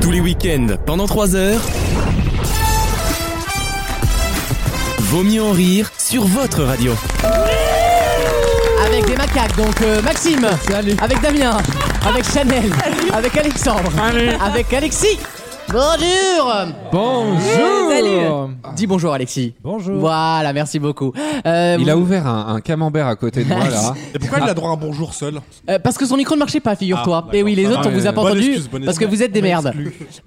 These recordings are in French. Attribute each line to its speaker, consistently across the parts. Speaker 1: Tous les week-ends, pendant 3 heures. Vaut mieux en rire sur votre radio.
Speaker 2: Avec des macaques, donc euh, Maxime, avec Damien, avec Chanel, avec Alexandre, avec Alexis. Bonjour Euh,
Speaker 3: Bonjour
Speaker 2: Dis bonjour Alexis.
Speaker 3: Bonjour.
Speaker 2: Voilà, merci beaucoup. Euh,
Speaker 3: Il a ouvert un, un camembert à côté de moi là.
Speaker 4: Et pourquoi il a droit à un bonjour seul
Speaker 2: euh, parce que son micro ne marchait pas, figure-toi.
Speaker 4: Ah,
Speaker 2: Et oui, les
Speaker 3: d'accord.
Speaker 2: autres, on
Speaker 3: Ah,
Speaker 2: vous a
Speaker 3: oui,
Speaker 2: pas
Speaker 4: bonne
Speaker 2: entendu
Speaker 4: excuse, bonne
Speaker 2: parce que
Speaker 4: excuse.
Speaker 2: vous êtes des merdes.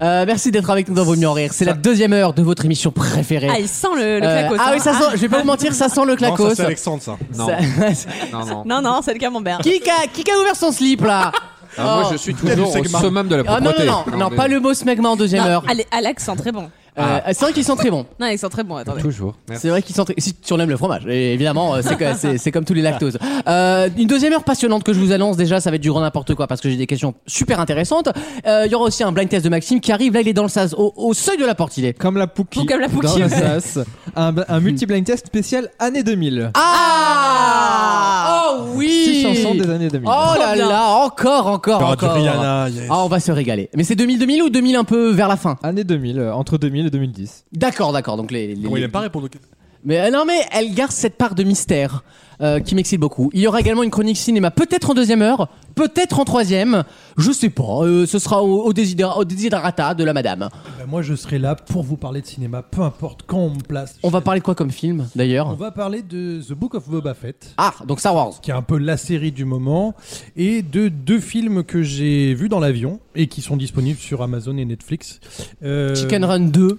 Speaker 2: Euh, merci d'être avec nous dans Vos Mieux en Rire. C'est la deuxième heure de votre émission préférée.
Speaker 5: Ah, il sent le, le
Speaker 2: Euh,
Speaker 5: claquot,
Speaker 2: ah
Speaker 5: hein.
Speaker 2: oui, ça sent, je vais pas vous mentir, ça sent le
Speaker 4: Non,
Speaker 2: clacos.
Speaker 4: ça, c'est Alexandre, ça.
Speaker 3: Non,
Speaker 2: Ça-
Speaker 3: non, non.
Speaker 5: Non, non, c'est le camembert.
Speaker 2: qui, a, qui a ouvert son slip là
Speaker 3: Ah,
Speaker 2: Oh.
Speaker 3: moi je suis
Speaker 4: y a du
Speaker 3: toujours au
Speaker 4: segment.
Speaker 3: summum de la
Speaker 2: Ah non,
Speaker 3: propreté.
Speaker 2: non, non, non,
Speaker 3: mais-
Speaker 2: pas le mot smegma en deuxième
Speaker 5: Non,
Speaker 2: heure.
Speaker 5: allez, Alex sent très bon.
Speaker 2: Euh,
Speaker 4: Ah.
Speaker 2: C'est vrai qu'ils sont très bons.
Speaker 5: Non, Alex sent très bon, attendez.
Speaker 3: Toujours. Merci.
Speaker 2: C'est vrai qu'ils sont très... Si tu en aimes le fromage, et évidemment, euh, c'est que- c'est c'est comme tous les lactoses. Euh, une deuxième heure passionnante que je vous annonce déjà, ça va être du grand n'importe quoi parce que j'ai des questions super intéressantes. Euh, Il y aura aussi un blind test de Maxime qui arrive, là il est dans le sas, au, au seuil de la porte il est.
Speaker 6: Comme la Pouki.
Speaker 5: Ou comme la
Speaker 6: Dans
Speaker 5: Pouki.
Speaker 6: la SAS. Un, un multi-blind test spécial année 2000.
Speaker 2: Ah Oh oui
Speaker 6: Six chansons des années
Speaker 2: Oh
Speaker 6: 2000.
Speaker 2: là
Speaker 5: Trop bien.
Speaker 2: là, encore, encore,
Speaker 4: T'auras du
Speaker 2: encore.
Speaker 4: Rihanna, yes.
Speaker 2: Ah, on va se régaler. Mais c'est 2000-2000 ou 2000 un peu vers la fin
Speaker 6: Année 2000, euh, entre 2000 et 2010.
Speaker 2: D'accord, d'accord. Donc les, les-
Speaker 4: Bon, il aime pas répondre aux questions.
Speaker 2: Mais euh, non, mais elle garde cette part de mystère euh, qui m'excite beaucoup. Il y aura également une chronique cinéma, peut-être en deuxième heure, peut-être en troisième, je sais pas. euh, ce sera au, au, désidéra- au désiderata de la madame.
Speaker 7: Bah, moi, je serai là pour vous parler de cinéma, peu importe quand on me place.
Speaker 2: On va parler de quoi comme film
Speaker 7: On
Speaker 2: d'ailleurs
Speaker 7: va parler de The Book of Boba Fett,
Speaker 2: Ah, donc Star Wars.
Speaker 7: qui est un peu la série du moment, et de deux films que j'ai vus dans l'avion et qui sont disponibles sur Amazon et Netflix. Euh,
Speaker 2: Chicken Run 2.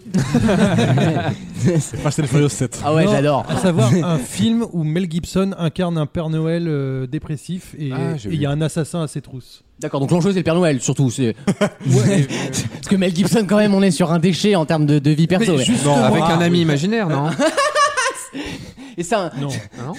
Speaker 4: C'est Fast and Furious 7.
Speaker 2: Ah ouais,
Speaker 7: non,
Speaker 2: j'adore.
Speaker 7: À savoir un film où Mel Gibson incarne un Père Noël euh, dépressif et
Speaker 3: Ah,
Speaker 7: et
Speaker 3: j'ai
Speaker 7: il y a
Speaker 3: vu.
Speaker 7: un assassin à ses trousses.
Speaker 2: D'accord, donc l'enjeu c'est le Père Noël surtout. c'est- Parce que Mel Gibson, quand même, on est sur un déchet en termes de, de vie perso. ouais.
Speaker 4: Non,
Speaker 3: Avec
Speaker 6: ah,
Speaker 3: un ami imaginaire, non
Speaker 2: Et ça,
Speaker 7: Non.
Speaker 3: Non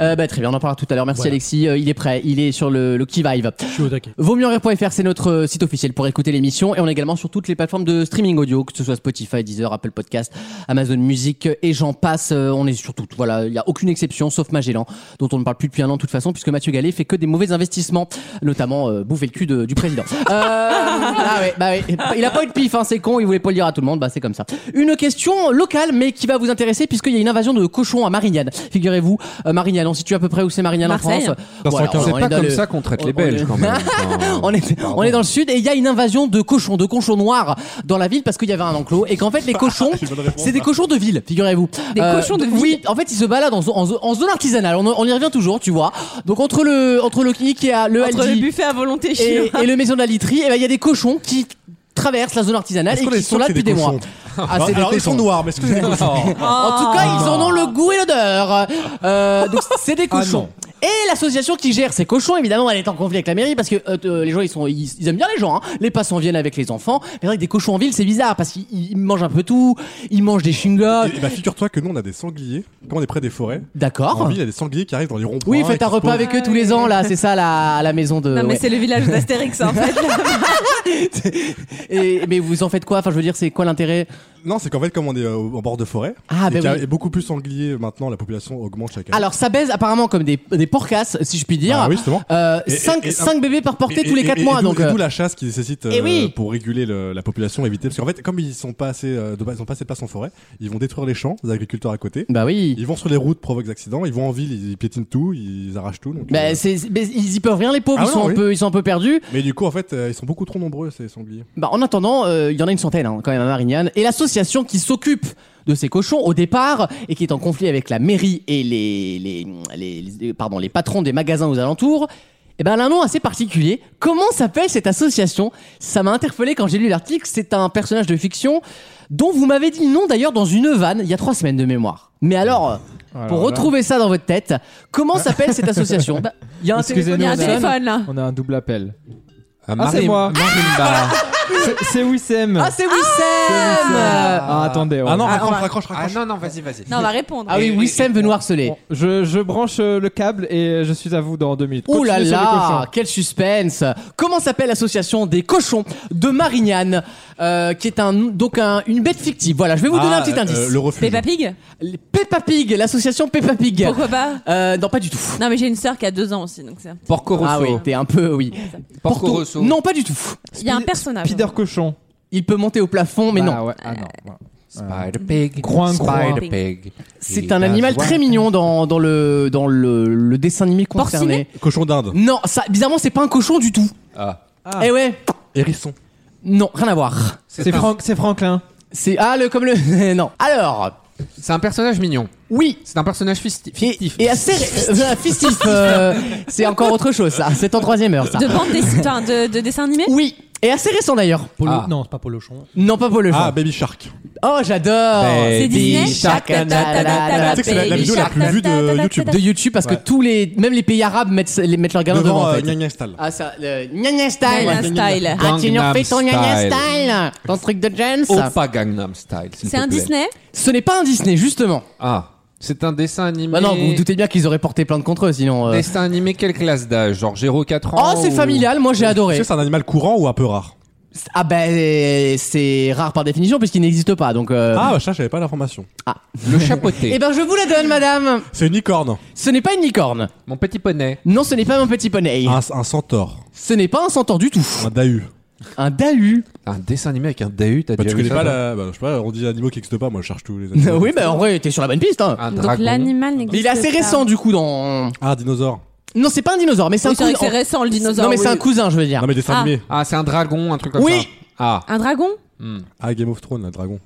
Speaker 2: euh, bah, très bien, on en parlera tout à l'heure. Merci
Speaker 7: Voilà.
Speaker 2: Alexis, Euh, il est prêt, il est sur le, le qui vive.
Speaker 7: Je suis au taquet.
Speaker 2: Vaut mieux en rire.fr, c'est notre euh, site officiel pour écouter l'émission et on est également sur toutes les plateformes de streaming audio, que ce soit Spotify, Deezer, Apple Podcast, Amazon Music euh, et j'en passe. Euh, On est sur toutes. Voilà, il n'y a aucune exception sauf Magellan, dont on ne parle plus depuis un an de toute façon, puisque Mathieu Gallet fait que des mauvais investissements, notamment euh, bouffer le cul de- du président. Euh, ah ouais, bah ouais. Il a pas eu de pif, hein, c'est con, il voulait pas le dire à tout le monde, bah c'est comme ça. Une question locale mais qui va vous intéresser puisqu'il y a une invasion de cochons à Marignane. Figurez-vous, euh, Marignane, on situe à peu près où c'est Marignane en
Speaker 5: Marseille.
Speaker 2: France.
Speaker 3: Dans
Speaker 2: Voilà, on-
Speaker 3: 115.
Speaker 2: on
Speaker 3: C'est
Speaker 2: est
Speaker 3: pas
Speaker 2: dans
Speaker 3: comme
Speaker 2: le-
Speaker 3: ça qu'on traite
Speaker 2: on-
Speaker 3: les
Speaker 2: on
Speaker 3: Belges
Speaker 2: est-
Speaker 3: quand même.
Speaker 2: on est, on est dans le sud et il y a une invasion de cochons, de cochons noirs dans la ville parce qu'il y avait un enclos et qu'en fait les cochons,
Speaker 4: J'ai une bonne réponse,
Speaker 2: c'est des
Speaker 4: là.
Speaker 2: cochons de ville, figurez-vous. Euh,
Speaker 5: Des cochons de ville
Speaker 2: Oui, en fait ils se baladent en, zo- en zo- en zone artisanale. On, on y revient toujours, tu vois. Donc entre le entre le Ikea, le
Speaker 5: Entre le
Speaker 2: Aldi
Speaker 5: buffet à volonté
Speaker 2: et,
Speaker 5: chinois.
Speaker 2: et le maison de la literie, et ben il y a des cochons qui traversent la zone artisanale
Speaker 4: Est-ce
Speaker 2: et
Speaker 4: qu'on est
Speaker 2: qui sont
Speaker 4: sûr
Speaker 2: là
Speaker 4: que c'est
Speaker 2: depuis
Speaker 4: des
Speaker 2: des mois.
Speaker 4: cochons
Speaker 2: Ah, c'est des
Speaker 4: Alors, ils sont
Speaker 2: cochons.
Speaker 4: noirs, mais est-ce que c'est des cochons
Speaker 2: En tout cas, ils en ont le goût et l'odeur. Euh, donc, c'est
Speaker 4: Ah
Speaker 2: des cochons. et l'association qui gère ces cochons, évidemment, elle est en conflit avec la mairie parce que euh, euh, les gens, ils, sont, ils, ils aiment bien les gens. hein. Les passants viennent avec les enfants. Mais c'est vrai que des cochons en ville, c'est bizarre parce qu'ils ils mangent un peu tout. Ils mangent des chewing-gums.
Speaker 4: Et- et bah, figure-toi que nous, on a des sangliers. Quand on est près des forêts, en
Speaker 2: D'accord.
Speaker 4: ville, il y a des sangliers qui arrivent dans les ronds-points.
Speaker 2: Ah. Oui,
Speaker 4: et
Speaker 2: faites
Speaker 4: qui
Speaker 2: un
Speaker 4: se
Speaker 2: repas
Speaker 4: posent.
Speaker 2: avec eux
Speaker 5: Ah
Speaker 2: tous les
Speaker 5: oui.
Speaker 2: ans, là. C'est ça, la, à la maison de.
Speaker 5: Non, mais
Speaker 2: Euh, ouais.
Speaker 5: c'est le village d'Astérix en fait.
Speaker 2: Et- mais vous en faites quoi Enfin, je veux dire, c'est quoi l'intérêt
Speaker 4: Non, c'est qu'en fait, comme on est euh, au- en bord de forêt,
Speaker 2: Ah, bah
Speaker 4: et qu'il y a-
Speaker 2: oui.
Speaker 4: et beaucoup plus sangliers maintenant, la population augmente chaque année.
Speaker 2: Alors, ça baise apparemment comme des, des porcasses, si je puis dire.
Speaker 4: Ah oui, justement.
Speaker 2: Euh,
Speaker 4: Et- et-
Speaker 2: cinq-
Speaker 4: et-
Speaker 2: cinq bébés par portée
Speaker 4: Et-
Speaker 2: tous les
Speaker 4: et-
Speaker 2: 4
Speaker 4: et-
Speaker 2: mois.
Speaker 4: et d'où-
Speaker 2: donc,
Speaker 4: et
Speaker 2: euh,
Speaker 4: d'où la chasse qui nécessite euh,
Speaker 2: Eh oui.
Speaker 4: pour réguler le- la population, éviter. Parce qu'en fait, comme ils sont pas assez, euh, de base, ils ont pas assez de place en forêt, ils vont détruire les champs, les agriculteurs à côté.
Speaker 2: Bah oui.
Speaker 4: Ils vont sur les routes, provoquent des accidents. Ils vont en ville, ils piétinent tout, ils arrachent tout. donc,
Speaker 2: Bah,
Speaker 4: euh,
Speaker 2: c'est, mais ils y peuvent rien les pauvres,
Speaker 4: Ah
Speaker 2: ils, sont
Speaker 4: non,
Speaker 2: un
Speaker 4: oui.
Speaker 2: peu, ils sont un peu perdus.
Speaker 4: Mais du coup, en fait, euh, ils sont beaucoup trop nombreux, ces sangliers.
Speaker 2: Bah, en attendant, euh, il y en a une centaine hein, quand même à Marignane. Et l'association qui s'occupe de ces cochons au départ et qui est en conflit avec la mairie et les, les, les- les- pardon, les patrons des magasins aux alentours, eh ben, elle a un nom assez particulier. Comment s'appelle cette association Ça m'a interpellé quand j'ai lu l'article. C'est un personnage de fiction dont vous m'avez dit le nom d'ailleurs dans une vanne il y a trois semaines de mémoire. Mais alors, euh, pour
Speaker 6: là.
Speaker 2: retrouver ça dans votre tête, comment s'appelle cette association Bah, Il y a un
Speaker 6: Excusez-nous,
Speaker 2: téléphone.
Speaker 5: Il y a un
Speaker 6: Amazon.
Speaker 5: téléphone là.
Speaker 6: On a un double appel. Ah,
Speaker 3: Marie-
Speaker 6: c'est moi C'est- C'est Wissem
Speaker 2: Ah, c'est Wissem
Speaker 6: Ah, attendez. on-
Speaker 4: Ah non,
Speaker 3: Ah,
Speaker 4: raccroche,
Speaker 3: on va-
Speaker 4: raccroche,
Speaker 3: Ah
Speaker 4: raccroche.
Speaker 3: non, non, vas-y, vas-y.
Speaker 5: Non, on va répondre.
Speaker 2: Ah oui, Wissem veut nous harceler.
Speaker 6: on- Je, je branche euh, le câble et je suis à vous dans deux minutes.
Speaker 2: Oh là
Speaker 6: Continuez sur les
Speaker 2: là,
Speaker 6: cochons.
Speaker 2: quel suspense Comment s'appelle l'association des cochons de Marignane, euh, qui est un, donc un- une bête fictive Voilà, je vais vous donner un
Speaker 4: Ah,
Speaker 2: petit
Speaker 4: euh,
Speaker 2: indice.
Speaker 4: le refuge.
Speaker 5: Peppa Pig
Speaker 2: Les Peppa Pig, l'association Peppa Pig.
Speaker 5: Pourquoi pas
Speaker 2: Euh, non, pas du tout.
Speaker 5: Non, mais j'ai une sœur qui a deux ans aussi, donc c'est.
Speaker 3: Porco Rosso.
Speaker 2: Ah oui, t'es un peu, oui.
Speaker 3: Porco Rosso.
Speaker 2: Non, pas du tout. Ah,
Speaker 5: Il y a un personnage.
Speaker 6: considère cochon.
Speaker 2: Il peut monter au plafond, mais non.
Speaker 3: Bah ouais, Ah non. voilà. Spider pig.
Speaker 6: Groin, groin.
Speaker 3: Spider pig.
Speaker 2: C'est un animal très mignon dans, dans le, dans le, le dessin animé concerné.
Speaker 4: Cochon d'Inde.
Speaker 2: Non, ça, bizarrement, c'est pas un cochon du tout.
Speaker 3: Ah.
Speaker 2: Eh ouais,
Speaker 4: Hérisson.
Speaker 2: non, rien à voir.
Speaker 6: C'est Franck- c'est Franklin.
Speaker 2: C'est ah le comme le non. Alors
Speaker 3: C'est un personnage mignon.
Speaker 2: oui.
Speaker 3: C'est un personnage fisti- fictif.
Speaker 2: Et assez euh, fistif, euh, c'est encore autre chose ça. C'est en troisième heure ça.
Speaker 5: De bande dessin, enfin, de, de dessin animé
Speaker 2: Oui. Et assez récent d'ailleurs.
Speaker 7: Polo-
Speaker 3: Ah.
Speaker 7: Non, c'est pas Polochon.
Speaker 2: Non pas pour le
Speaker 4: Ah,
Speaker 2: genre.
Speaker 4: Baby Shark.
Speaker 2: Oh j'adore.
Speaker 3: Ben,
Speaker 5: C'est Disney
Speaker 2: Shark,
Speaker 5: Ta- ta- ta- ta- ta- ta-
Speaker 2: nanana.
Speaker 5: ta-
Speaker 4: Tu sais que c'est la- la
Speaker 5: Baby
Speaker 4: vidéo la
Speaker 5: Shark,
Speaker 4: plus
Speaker 5: ta-
Speaker 4: vue
Speaker 5: ta-
Speaker 4: de
Speaker 5: ta- ta-
Speaker 4: YouTube.
Speaker 5: ta-
Speaker 2: De YouTube parce
Speaker 4: Ouais.
Speaker 2: que tous les même les pays arabes mettent les- mettent leur gamin devant.
Speaker 4: Devant
Speaker 2: en
Speaker 4: euh,
Speaker 2: fait.
Speaker 4: Nya Nya Style.
Speaker 2: Ah ça le gna gna style.
Speaker 5: Gangnam Style.
Speaker 2: Ah tu nous
Speaker 3: Gangnam
Speaker 2: fais ton gna gna
Speaker 3: Style.
Speaker 2: style. Ton truc de Jens.
Speaker 3: Opa Gangnam Style. s'il
Speaker 5: C'est
Speaker 3: te
Speaker 5: un
Speaker 3: plaît.
Speaker 5: Disney
Speaker 2: Ce n'est pas un Disney justement.
Speaker 3: Ah. C'est un dessin animé.
Speaker 2: Bah non vous vous doutez bien qu'ils auraient porté plainte contre eux sinon. euh.
Speaker 3: Dessin animé, quelle classe d'âge Genre Géro 4 ans
Speaker 2: Oh c'est
Speaker 3: ou-
Speaker 2: familial moi j'ai
Speaker 4: Tu
Speaker 2: adoré.
Speaker 4: sais, c'est un animal courant ou un peu rare
Speaker 2: Ah ben c'est rare par définition puisqu'il n'existe pas donc. euh,
Speaker 4: Ah, bah, ça, j'avais pas l'information.
Speaker 3: Le chapeauté.
Speaker 2: Eh ben je vous la donne madame.
Speaker 4: C'est une licorne.
Speaker 2: Ce n'est pas une licorne.
Speaker 3: Mon petit poney.
Speaker 2: Non ce n'est pas un petit poney.
Speaker 3: Ah.
Speaker 4: Un, un centaure.
Speaker 2: Ce n'est pas un centaure du tout.
Speaker 4: Un dahu.
Speaker 2: Un dahu.
Speaker 3: Un dessin animé avec un DAU, t'as
Speaker 4: Bah,
Speaker 3: déjà
Speaker 4: tu
Speaker 3: vu
Speaker 4: connais
Speaker 3: ça,
Speaker 4: pas
Speaker 3: toi
Speaker 4: la. Bah, je sais pas, on dit animaux qui existent pas, moi je cherche tous les
Speaker 3: Ah.
Speaker 4: animaux.
Speaker 2: oui ben en vrai t'es sur la bonne piste. Hein.
Speaker 3: Un
Speaker 5: Donc
Speaker 3: dragon.
Speaker 5: l'animal
Speaker 2: Mais
Speaker 5: n'existe
Speaker 2: il est assez
Speaker 5: pas.
Speaker 2: récent du coup dans.
Speaker 4: Ah, dinosaure.
Speaker 2: Non c'est pas un dinosaure mais c'est
Speaker 5: Oui,
Speaker 2: un
Speaker 5: C'est vrai que c'est
Speaker 2: cousin.
Speaker 5: récent le dinosaure.
Speaker 2: non mais c'est
Speaker 5: oui.
Speaker 2: un cousin je veux dire.
Speaker 4: Non, mais dessin
Speaker 5: Ah.
Speaker 4: animé.
Speaker 3: Ah, c'est un dragon, un truc comme
Speaker 2: Oui.
Speaker 3: ça. Ah.
Speaker 5: Un dragon
Speaker 3: Hmm.
Speaker 4: Ah, Game of Thrones, là, dragon.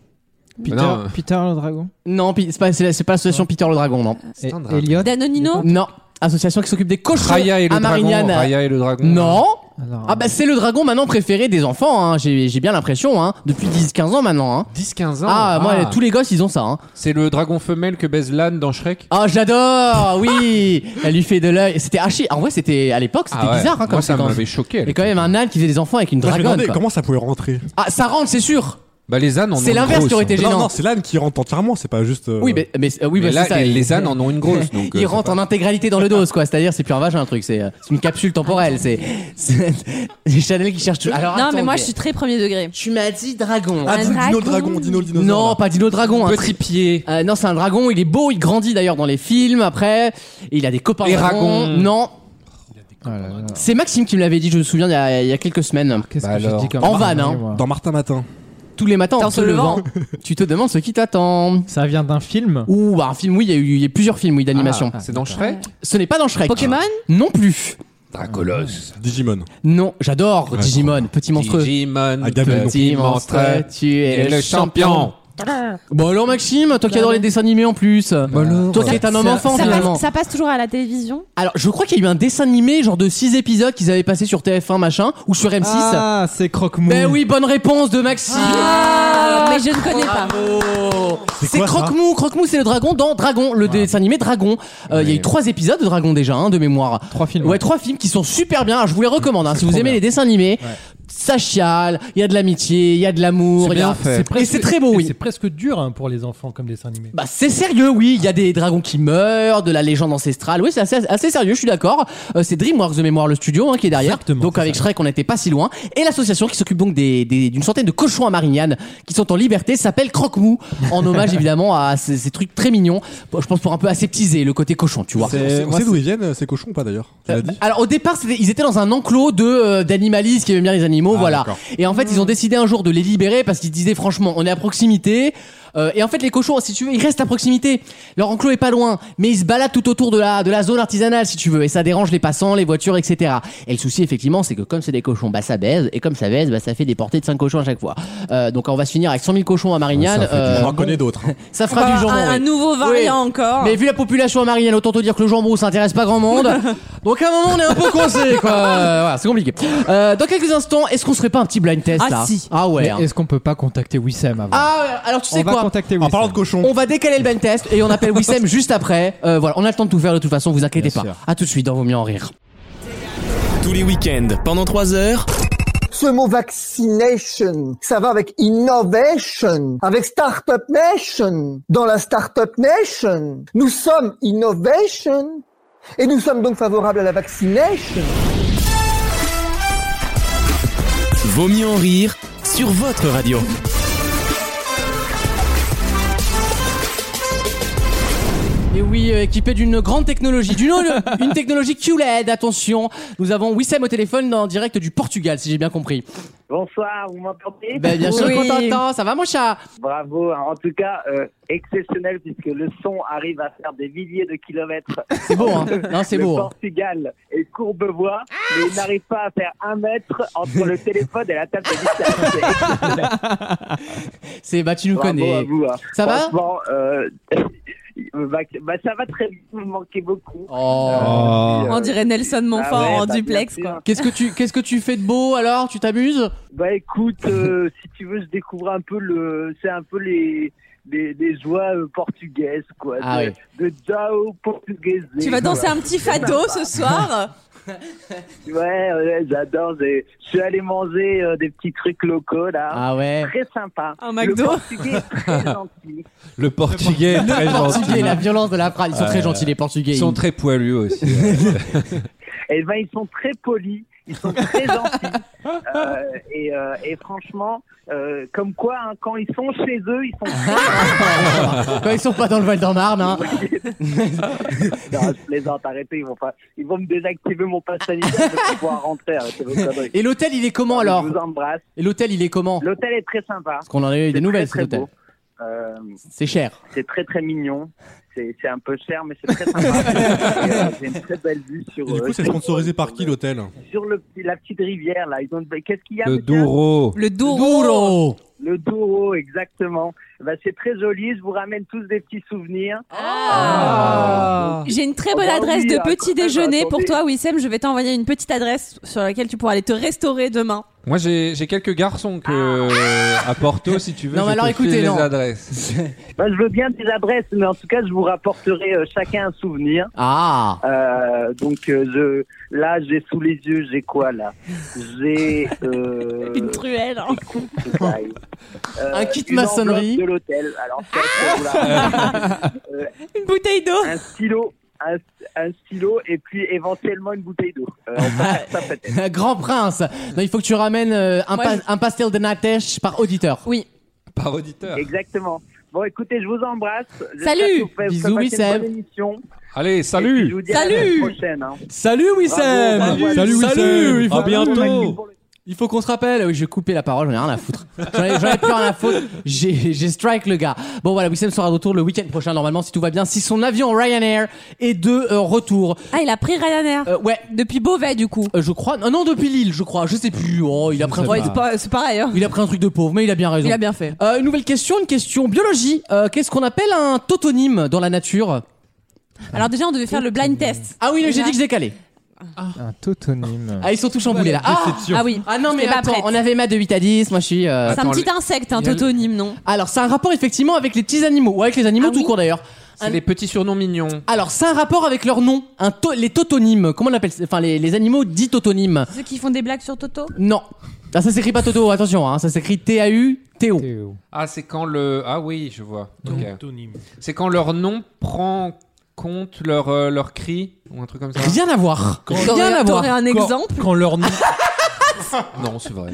Speaker 6: Peter,
Speaker 3: Non.
Speaker 6: Peter le dragon.
Speaker 2: Non pi- c'est pas c'est la- c'est pas l'association Peter le dragon non.
Speaker 3: C'est un
Speaker 6: Et-
Speaker 3: dragon.
Speaker 6: Elliot.
Speaker 5: Danonino
Speaker 2: Non association qui s'occupe des cochons
Speaker 3: Raya et le
Speaker 2: à Marignane.
Speaker 3: dragon. Raya et le dragon.
Speaker 2: Ah, Non.
Speaker 6: Alors,
Speaker 3: euh,
Speaker 2: Ah bah c'est le dragon maintenant préféré des enfants, hein. j'ai j'ai bien l'impression, hein. depuis 10-15 ans maintenant. Hein.
Speaker 3: 10-15 ans.
Speaker 2: Ah, moi tous les gosses ils ont ça. Hein.
Speaker 3: C'est le dragon femelle que baise l'âne dans Shrek
Speaker 2: Ah j'adore, oui Elle lui fait de l'œil, c'était archi, en vrai c'était à l'époque c'était
Speaker 3: Ah ouais.
Speaker 2: bizarre hein, comme
Speaker 3: Moi, ça
Speaker 2: séquence.
Speaker 3: m'avait choqué. à
Speaker 2: Et quand
Speaker 3: l'époque.
Speaker 2: même un âne qui faisait des enfants avec une
Speaker 4: Moi, je me
Speaker 2: dragonne.
Speaker 4: demandais
Speaker 2: quoi.
Speaker 4: comment ça pouvait rentrer.
Speaker 2: Ah ça rentre c'est sûr
Speaker 3: Bah, les ânes en ont
Speaker 2: C'est
Speaker 3: une
Speaker 2: l'inverse
Speaker 3: grosse,
Speaker 2: qui aurait été
Speaker 3: hein.
Speaker 2: gênant.
Speaker 4: Non, non, c'est l'âne qui rentre entièrement, c'est pas juste. euh,
Speaker 2: Oui mais, mais euh, oui
Speaker 3: Mais
Speaker 2: bah,
Speaker 3: là,
Speaker 2: c'est ça.
Speaker 3: les, les ânes en ont une grosse. Donc, euh,
Speaker 2: Ils rentrent en intégralité dans le dos quoi, c'est-à-dire c'est plus un vagin un truc, c'est euh, c'est une capsule temporelle, c'est c'est- c'est Chanel qui cherche tout. Alors
Speaker 5: Non
Speaker 2: attends,
Speaker 5: mais moi
Speaker 2: mais-
Speaker 5: je suis très premier degré.
Speaker 2: tu m'as dit dragon.
Speaker 4: Ah,
Speaker 5: Un
Speaker 4: dino dino le dragon,
Speaker 5: dragon.
Speaker 4: dino le dinosaure.
Speaker 2: non,
Speaker 4: là.
Speaker 2: pas Dino Dragon, un
Speaker 3: Petit pied.
Speaker 2: Euh, non, c'est un dragon, il est beau, il grandit d'ailleurs dans les films après. Et il a des copains
Speaker 3: Les
Speaker 2: dragons.
Speaker 3: dragons.
Speaker 2: Non,
Speaker 6: oh
Speaker 3: Ah
Speaker 6: là là.
Speaker 2: c'est Maxime qui me l'avait dit, je me souviens, il y a, il y a quelques semaines.
Speaker 6: Qu'est-ce
Speaker 3: Bah
Speaker 6: que j'ai
Speaker 3: alors.
Speaker 6: dit comme
Speaker 2: En
Speaker 6: connerie,
Speaker 2: vanne, hein.
Speaker 6: moi
Speaker 4: Dans Martin Matin.
Speaker 2: Tous les matins en
Speaker 5: Dans
Speaker 2: se
Speaker 5: le
Speaker 2: levant, tu te demandes ce qui t'attend.
Speaker 6: Ça vient d'un film.
Speaker 2: Ouh, bah, un film, oui, il y a eu, il y a plusieurs films, oui, d'animation.
Speaker 3: Ah, c'est dans Shrek
Speaker 2: Ce n'est pas dans Shrek.
Speaker 5: Pokémon
Speaker 2: Non plus.
Speaker 3: Dracolos.
Speaker 4: Digimon.
Speaker 2: Non, j'adore Digimon, petit monstrueux.
Speaker 3: Digimon.
Speaker 4: Ah, Gabriel.
Speaker 3: Petit monstre.
Speaker 2: tu
Speaker 3: Et le champion.
Speaker 2: Bon alors Maxime, toi qui adore les dessins animés en plus.
Speaker 3: Bah
Speaker 2: Toi qui es un homme
Speaker 6: Ça-
Speaker 2: enfant
Speaker 5: ça,
Speaker 2: finalement.
Speaker 5: passe, ça passe toujours à la télévision
Speaker 2: Alors je crois qu'il y a eu un dessin animé genre de 6 épisodes qu'ils avaient passé sur TF1 machin ou sur M6.
Speaker 6: Ah, c'est Croque-Mou.
Speaker 2: Ben oui, bonne réponse de Maxime.
Speaker 5: Ah, Mais je ne connais pas.
Speaker 2: Bravo. Oh. C'est
Speaker 4: quoi, ça
Speaker 2: Croque-Mou, Croque-Mou c'est le dragon dans Dragon, le dessin animé Dragon. Euh, Il y a eu trois épisodes de Dragon déjà, hein, de mémoire.
Speaker 6: Trois films.
Speaker 2: Ouais, trois films qui sont super bien. Alors, je vous les recommande. hein, si vous
Speaker 6: trop
Speaker 2: aimez
Speaker 6: bien.
Speaker 2: les dessins animés, ça chiale, il y a de l'amitié, il y a de l'amour,
Speaker 3: C'est
Speaker 2: il y a-
Speaker 3: bien fait.
Speaker 2: et c'est très beau,
Speaker 7: et
Speaker 2: oui.
Speaker 7: C'est presque dur hein, pour les enfants comme dessin animé.
Speaker 2: Bah c'est sérieux, oui. Il y a des dragons qui meurent, de la légende ancestrale. Oui, c'est assez, assez sérieux. Je suis d'accord. Euh, c'est DreamWorks de mémoire le studio hein, qui est derrière.
Speaker 7: Exactement,
Speaker 2: donc
Speaker 7: c'est
Speaker 2: avec Shrek, on n'était pas si loin. Et l'association qui s'occupe donc des- des- d'une centaine de cochons à Marignane qui sont en liberté s'appelle Croque-Mou, en hommage évidemment à ces, ces trucs très mignons. Bon, Je pense pour un peu aseptiser le côté cochon, tu vois.
Speaker 4: On sait- on
Speaker 2: Moi, Ah,
Speaker 4: sait d'où ils viennent, euh, ces cochons ou pas d'ailleurs Tu l'as dit
Speaker 2: alors au départ, c'était- ils étaient dans un enclos de euh, d'animalistes qui aimaient bien les animaux,
Speaker 4: Ah,
Speaker 2: voilà.
Speaker 4: d'accord.
Speaker 2: Et en fait,
Speaker 5: Hmm.
Speaker 2: ils ont décidé un jour de les libérer parce qu'ils disaient franchement, on est à proximité. Euh, et en fait, les cochons, si tu veux, ils restent à proximité. Leur enclos est pas loin, mais ils se baladent tout autour de la de la zone artisanale, si tu veux, et ça dérange les passants, les voitures, etc. Et le souci, effectivement, c'est que comme c'est des cochons, bah ça baise, et comme ça baise, bah ça fait des portées de 5 cochons à chaque fois. Euh, donc on va se finir avec 100 000 cochons à Marignane.
Speaker 4: Ah, Ça fait du-
Speaker 2: euh,
Speaker 4: J'en connais d'autres. hein.
Speaker 2: ça fera ah, du
Speaker 5: Bah,
Speaker 2: genre
Speaker 5: un, un nouveau variant encore.
Speaker 2: mais vu la population à Marignane, autant te dire que le jambon ça intéresse pas grand monde. Donc à un moment on est un peu coincé quoi. Euh, voilà, c'est compliqué. Euh, dans quelques instants, est-ce qu'on serait pas un petit blind test
Speaker 5: Ah,
Speaker 2: là
Speaker 5: si.
Speaker 2: Ah ouais.
Speaker 6: Mais
Speaker 2: hein.
Speaker 6: est-ce qu'on peut pas contacter Wissem avant
Speaker 2: Ah ouais, alors tu sais
Speaker 6: On va
Speaker 2: quoi
Speaker 6: contacter
Speaker 4: En
Speaker 7: Ah,
Speaker 6: Wissem.
Speaker 4: parlant de cochons.
Speaker 2: On va décaler le blind test et on appelle Wissem juste après. Euh, voilà, on a le temps de tout faire de toute façon, vous inquiétez
Speaker 6: Bien
Speaker 2: pas.
Speaker 6: sûr.
Speaker 2: À tout de suite dans Vaut mieux en rire.
Speaker 1: Tous les week-ends, pendant 3 heures,
Speaker 8: Ce mot vaccination, ça va avec innovation, avec startup nation. Dans la startup nation, nous sommes innovation et nous sommes donc favorables à la vaccination.
Speaker 1: Vaut mieux en rire sur votre radio.
Speaker 2: Et oui, euh, équipé d'une grande technologie, d'une une E technologie QLED, attention. Nous avons Wissem au téléphone en direct du Portugal, si j'ai bien compris.
Speaker 9: Bonsoir, vous m'entendez
Speaker 2: Ben, bien sûr
Speaker 5: Oui.
Speaker 2: qu'on t'entend, ça va mon chat
Speaker 9: Bravo, hein. en tout cas, euh, exceptionnel puisque le son arrive à faire des milliers de kilomètres.
Speaker 2: C'est beau, hein Non, c'est
Speaker 9: le
Speaker 2: beau. hein.
Speaker 9: Portugal et Courbevoie,
Speaker 5: Ah
Speaker 9: mais il n'arrive pas à faire un mètre entre le téléphone et la table de mixage. C'est exceptionnel.
Speaker 2: C'est, bah, tu nous
Speaker 9: Bravo à
Speaker 2: connais.
Speaker 9: vous. hein.
Speaker 2: Ça va
Speaker 9: Franchement, euh, bah, bah, ça va très bien, vous me manquez beaucoup.
Speaker 2: Oh.
Speaker 9: Euh,
Speaker 5: On dirait Nelson
Speaker 9: ah
Speaker 5: Montfort
Speaker 9: ouais,
Speaker 5: en
Speaker 9: bah,
Speaker 5: duplex,
Speaker 9: bien sûr.
Speaker 5: quoi.
Speaker 2: Qu'est-ce que tu, qu'est-ce que tu fais de beau alors Tu t'amuses
Speaker 9: Bah écoute, euh, si tu veux, je découvre un peu le, c'est un peu les les, les joies euh, portugaises quoi,
Speaker 2: Ah
Speaker 9: de,
Speaker 2: ouais.
Speaker 9: de Jao portugaise.
Speaker 5: Tu vas danser un petit fado ce soir
Speaker 9: Ouais, ouais, j'adore. j'ai- Je suis allé manger euh, des petits trucs locaux là.
Speaker 2: Ah ouais.
Speaker 9: Très sympa.
Speaker 5: Un McDo.
Speaker 9: Le portugais est très gentil.
Speaker 3: Le portugais est très
Speaker 2: Les Portugais,
Speaker 3: gentil.
Speaker 2: la violence de la phrase. Ils sont
Speaker 3: Ouais.
Speaker 2: très gentils, les Portugais.
Speaker 3: Ils sont très poilus aussi.
Speaker 9: Eh ben, ils sont très polis, ils sont très gentils. Euh, et, euh, et franchement, euh, comme quoi, hein, quand ils sont chez eux, ils sont.
Speaker 2: Quand ils sont pas dans le Val d'En Marne, hein.
Speaker 9: non, je plaisante, arrêtez, ils vont, pas... ils vont me désactiver mon pass sanitaire pour pouvoir rentrer. hein, arrêtez vos conneries.
Speaker 2: Et l'hôtel, il est comment alors
Speaker 9: Je vous embrasse.
Speaker 2: Et l'hôtel, il est comment Parce
Speaker 9: L'hôtel est très sympa.
Speaker 2: qu'on en a eu
Speaker 9: C'est
Speaker 2: des nouvelles, cet
Speaker 9: très, très
Speaker 2: hôtel.
Speaker 9: beau. Euh,
Speaker 2: C'est cher.
Speaker 9: c'est très très mignon. C'est c'est un peu cher, mais c'est très sympa. Et, euh, J'ai une très belle vue sur.
Speaker 4: Et du
Speaker 9: euh,
Speaker 4: coup, c'est
Speaker 9: sur-
Speaker 4: sponsorisé par qui
Speaker 9: sur le-
Speaker 4: l'hôtel
Speaker 9: Sur le petit- la petite rivière là. Ils ont... Qu'est-ce qu'il y a
Speaker 3: Le
Speaker 9: monsieur
Speaker 3: Douro.
Speaker 5: Le Douro
Speaker 2: Douro
Speaker 9: Le Douro, exactement. Bah, c'est très joli. Je vous ramène tous des petits souvenirs.
Speaker 2: Ah.
Speaker 5: J'ai une très
Speaker 9: Ah
Speaker 5: bonne
Speaker 9: bah
Speaker 5: adresse
Speaker 9: oui,
Speaker 5: de
Speaker 9: ah,
Speaker 5: petit
Speaker 9: quand même,
Speaker 5: déjeuner pour
Speaker 9: attendez.
Speaker 5: toi, Wissem. Je vais t'envoyer une petite adresse sur laquelle tu pourras aller te restaurer demain.
Speaker 3: Moi, j'ai j'ai quelques garçons que à Porto, si tu veux.
Speaker 2: Ah. Non, mais
Speaker 3: je
Speaker 2: alors,
Speaker 3: te
Speaker 2: écoutez,
Speaker 3: file
Speaker 2: non.
Speaker 3: les adresses.
Speaker 9: Bah, je veux bien des adresses, mais en tout cas, je vous rapporterai euh, chacun un souvenir.
Speaker 2: Ah
Speaker 9: Euh, donc euh, je, là, j'ai sous les yeux, j'ai quoi là J'ai euh,
Speaker 5: Une truelle. hein.
Speaker 9: euh,
Speaker 2: Un kit
Speaker 9: une
Speaker 2: maçonnerie.
Speaker 9: enveloppe de l'hôtel. Alors ça, c'est- voilà. Euh,
Speaker 5: Une bouteille d'eau.
Speaker 9: un stylo, un, un stylo, et puis éventuellement une bouteille d'eau. Euh, on peut faire ça peut-être.
Speaker 2: Grand prince Non, il faut que tu ramènes euh, un,
Speaker 5: Moi,
Speaker 2: pas-
Speaker 5: je-
Speaker 2: un pastel de Natesh par auditeur.
Speaker 5: Oui.
Speaker 3: Par auditeur.
Speaker 9: Exactement. Bon, écoutez, je vous embrasse. J'espère
Speaker 5: Salut.
Speaker 9: que vous faites-
Speaker 2: Bisous,
Speaker 9: vous faites une
Speaker 2: Wissem.
Speaker 9: bonne émission.
Speaker 3: Allez,
Speaker 9: Et puis, je
Speaker 3: salut.
Speaker 9: vous dis à la
Speaker 5: Salut.
Speaker 9: semaine prochaine. hein.
Speaker 2: Salut
Speaker 9: Wissem. Bravo.
Speaker 2: Salut
Speaker 9: Salut,
Speaker 2: Wissem
Speaker 3: À bientôt.
Speaker 2: Il faut qu'on se rappelle. Oui, je vais couper la parole, j'en ai rien à foutre. J'en ai, j'en ai plus rien à foutre. J'ai j'ai strike le gars. Bon voilà, Wissem sera de retour le week-end prochain normalement si tout va bien. Si son avion Ryanair est de euh, retour.
Speaker 5: Ah, il a pris Ryanair.
Speaker 2: Euh, ouais,
Speaker 5: Depuis Beauvais, du coup.
Speaker 2: euh, je crois. Non, non, depuis Lille, je crois. Je sais plus. Oh, il a pris un
Speaker 5: Ouais,
Speaker 2: truc.
Speaker 5: c'est pas- c'est pareil. hein.
Speaker 2: Il a pris un truc de pauvre, mais il a bien raison.
Speaker 5: Il a bien fait.
Speaker 2: Euh, une nouvelle question, une question biologie. Euh, Qu'est-ce qu'on appelle un totonyme dans la nature
Speaker 5: Alors déjà, on devait faire le blind test.
Speaker 2: Ah oui, j'ai dit que je décalais.
Speaker 6: Un tautonyme.
Speaker 2: Ah, ils sont tous chamboulés là. Ah,
Speaker 5: Ah oui.
Speaker 2: ah non, mais
Speaker 5: J'étais pas
Speaker 2: attends,
Speaker 5: prête. Ah.
Speaker 2: on avait ma de 8 à 10. Moi, je suis. euh,
Speaker 5: C'est un petit insecte, un
Speaker 2: il y a le-
Speaker 5: totonyme, non
Speaker 2: Alors, c'est un rapport effectivement avec les petits animaux, ou avec les animaux
Speaker 5: Ah
Speaker 2: tout
Speaker 5: oui
Speaker 2: court d'ailleurs.
Speaker 3: C'est les petits surnoms mignons.
Speaker 2: Alors, c'est un rapport avec leur nom, un to- les totonymes. Comment on appelle ça Enfin, les, les animaux dits totonymes.
Speaker 5: Ceux qui font des blagues sur Toto
Speaker 2: Non. Ah, ça s'écrit pas Toto, attention, hein, ça s'écrit T-A-U-T-O.
Speaker 6: Théo.
Speaker 3: Ah, c'est quand le. Ah oui, je vois. Ok.
Speaker 7: Antonyme.
Speaker 3: C'est quand leur nom prend compte leur, euh, leur cri ou un truc comme ça.
Speaker 2: Rien à voir. Rien
Speaker 5: T'aurais-
Speaker 2: à voir.
Speaker 5: T'aurais un
Speaker 7: Quand-
Speaker 5: exemple
Speaker 7: Quand leur nom.
Speaker 3: Non, c'est vrai.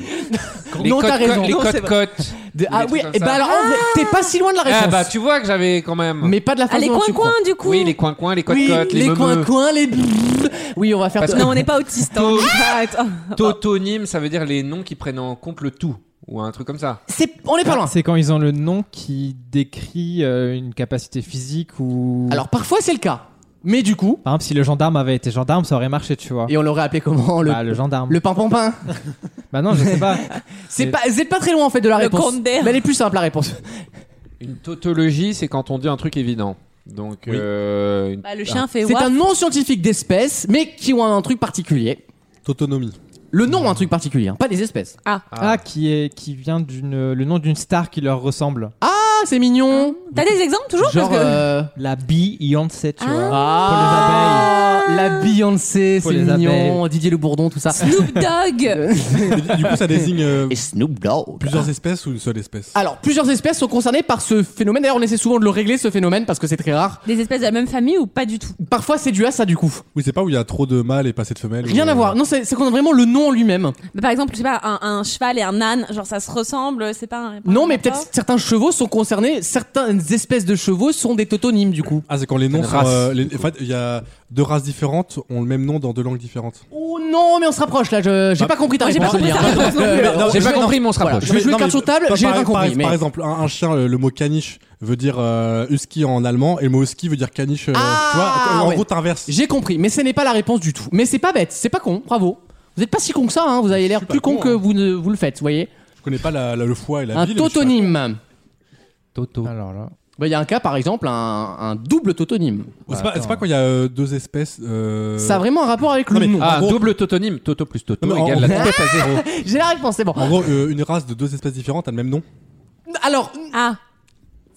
Speaker 2: Non, t'as
Speaker 3: codes-
Speaker 2: raison.
Speaker 3: Les
Speaker 2: Non, c'est
Speaker 3: codes cotes.
Speaker 2: De- ah
Speaker 3: des
Speaker 2: oui,
Speaker 3: trucs
Speaker 2: et bah
Speaker 3: comme ça.
Speaker 2: alors, en vrai, t'es pas si loin de la réponse.
Speaker 3: Ah bah tu vois que j'avais quand même.
Speaker 2: Mais pas de la
Speaker 5: Ah,
Speaker 2: façon
Speaker 5: les
Speaker 2: dont tu crois.
Speaker 5: coins-coins, du coup
Speaker 3: Oui, les coins-coins, les
Speaker 2: Oui,
Speaker 3: codes-codes,
Speaker 2: les
Speaker 3: meumeux.
Speaker 2: coins-coins, les... Oui, on va faire...
Speaker 3: Parce
Speaker 5: Non, on n'est pas autiste. hein. Arrête.
Speaker 3: Totonyme, ça veut dire les noms qui prennent en compte le tout ou un truc comme ça.
Speaker 2: C'est- On est pas loin.
Speaker 6: Ah, C'est quand ils ont le nom qui décrit euh, une capacité physique ou.
Speaker 2: Alors, parfois, c'est le cas. Mais du coup...
Speaker 6: Par exemple, si le gendarme avait été gendarme, ça aurait marché, tu vois.
Speaker 2: Et on l'aurait appelé comment Le,
Speaker 6: Bah, le gendarme.
Speaker 2: le pain-pain-pain
Speaker 6: Bah non, je sais pas.
Speaker 2: C'est
Speaker 6: Le-
Speaker 2: pas, vous êtes pas très loin en fait de la
Speaker 5: Le
Speaker 2: réponse.
Speaker 5: compte
Speaker 2: Ah, Mais
Speaker 5: d'air.
Speaker 2: elle est plus simple la réponse.
Speaker 3: Une tautologie, c'est quand on dit un truc évident. Donc euh, une-
Speaker 5: Bah, le chien fait
Speaker 2: Ah, C'est
Speaker 5: ouah.
Speaker 2: un nom scientifique d'espèce, mais qui ont un truc particulier.
Speaker 4: Autonomie.
Speaker 2: Le nom a un truc particulier, hein, pas des espèces.
Speaker 6: Ah, qui, est, qui vient d'une. Le nom d'une star qui leur ressemble.
Speaker 2: Ah, c'est mignon.
Speaker 5: T'as des exemples toujours
Speaker 2: Genre.
Speaker 5: Parce que-
Speaker 2: euh,
Speaker 6: La Beyoncé, tu vois.
Speaker 2: Ah, la Beyoncé,
Speaker 6: Pour
Speaker 2: c'est
Speaker 6: les
Speaker 2: mignon. Didier Le Bourdon, tout ça.
Speaker 5: Snoop Dogg
Speaker 2: Euh.
Speaker 4: Et du coup, ça désigne euh,
Speaker 2: Et Snoop Dogg.
Speaker 4: plusieurs espèces ou une seule espèce
Speaker 2: Alors, plusieurs espèces sont concernées par ce phénomène. D'ailleurs, on essaie souvent de le régler, ce phénomène, parce que c'est très rare.
Speaker 5: Des espèces de la même famille ou pas du tout
Speaker 2: Parfois, c'est dû à ça, du coup.
Speaker 4: Oui, c'est pas où il y a trop de mâles et pas assez de femelles.
Speaker 2: Rien
Speaker 4: ou,
Speaker 2: à
Speaker 4: euh,
Speaker 2: voir. Non, c'est c'est qu'on a vraiment le nom en lui-même.
Speaker 5: Bah, Par exemple, je sais pas, un, un cheval et un âne, genre ça se ressemble, c'est pas un. pas un
Speaker 2: Non, mais
Speaker 5: rapport
Speaker 2: peut-être certains chevaux sont, cons- concernés, certaines espèces de chevaux sont des tautonymes du coup.
Speaker 4: Ah, c'est quand les noms
Speaker 3: Une
Speaker 4: sont.
Speaker 3: race,
Speaker 4: euh, les- en fait, il y a deux races différentes ont le même nom dans deux langues différentes.
Speaker 2: Oh non, mais on se rapproche là, je- j'ai
Speaker 4: Ah,
Speaker 2: pas compris ta
Speaker 5: moi, j'ai
Speaker 2: réponse.
Speaker 5: pas compris
Speaker 2: Aurélien.
Speaker 5: ta réponse non plus,
Speaker 2: Euh,
Speaker 4: alors.
Speaker 2: j'ai
Speaker 4: J'ai
Speaker 2: pas
Speaker 4: pas
Speaker 2: compris, mais on se rapproche. Je vais jouer
Speaker 4: Non, mais
Speaker 2: carte sur table,
Speaker 4: par-
Speaker 2: j'ai
Speaker 4: par-
Speaker 2: rien
Speaker 4: par-
Speaker 2: compris. mais-
Speaker 4: Par exemple, un, un chien, le, le mot caniche veut dire euh, husky en allemand et le mot husky veut dire caniche. euh,
Speaker 2: Ah,
Speaker 4: tu vois, en
Speaker 2: ouais.
Speaker 4: gros, t'inverses.
Speaker 2: J'ai compris, mais ce n'est pas la réponse du tout. Mais c'est pas bête, c'est pas con, bravo. Vous êtes pas si con que ça, hein, vous avez l'air
Speaker 4: suis pas
Speaker 2: plus con,
Speaker 4: con,
Speaker 2: que
Speaker 4: hein.
Speaker 2: vous, ne, vous le faites, vous voyez.
Speaker 4: Je connais pas la- la- le foie et la
Speaker 2: un
Speaker 4: bile. mais je sais pas.
Speaker 2: tautonyme.
Speaker 3: Toto.
Speaker 6: Alors là.
Speaker 2: Bah, Il y a un cas, par exemple, un, un double tautonyme.
Speaker 4: Oh, C'est pas,
Speaker 6: Attends.
Speaker 4: c'est pas quand il y a euh, deux espèces. euh,
Speaker 2: Ça a vraiment un rapport avec le
Speaker 4: Non, mais-
Speaker 2: nom.
Speaker 4: Ah,
Speaker 3: Ah,
Speaker 4: gros-
Speaker 3: double tautonyme. Toto plus Toto
Speaker 4: Non, mais en-
Speaker 3: égale la
Speaker 4: en-
Speaker 3: tête à zéro.
Speaker 2: J'ai la réponse, c'est bon.
Speaker 4: En gros, euh, une race de deux espèces différentes a le même nom.
Speaker 2: Alors,
Speaker 5: Ah,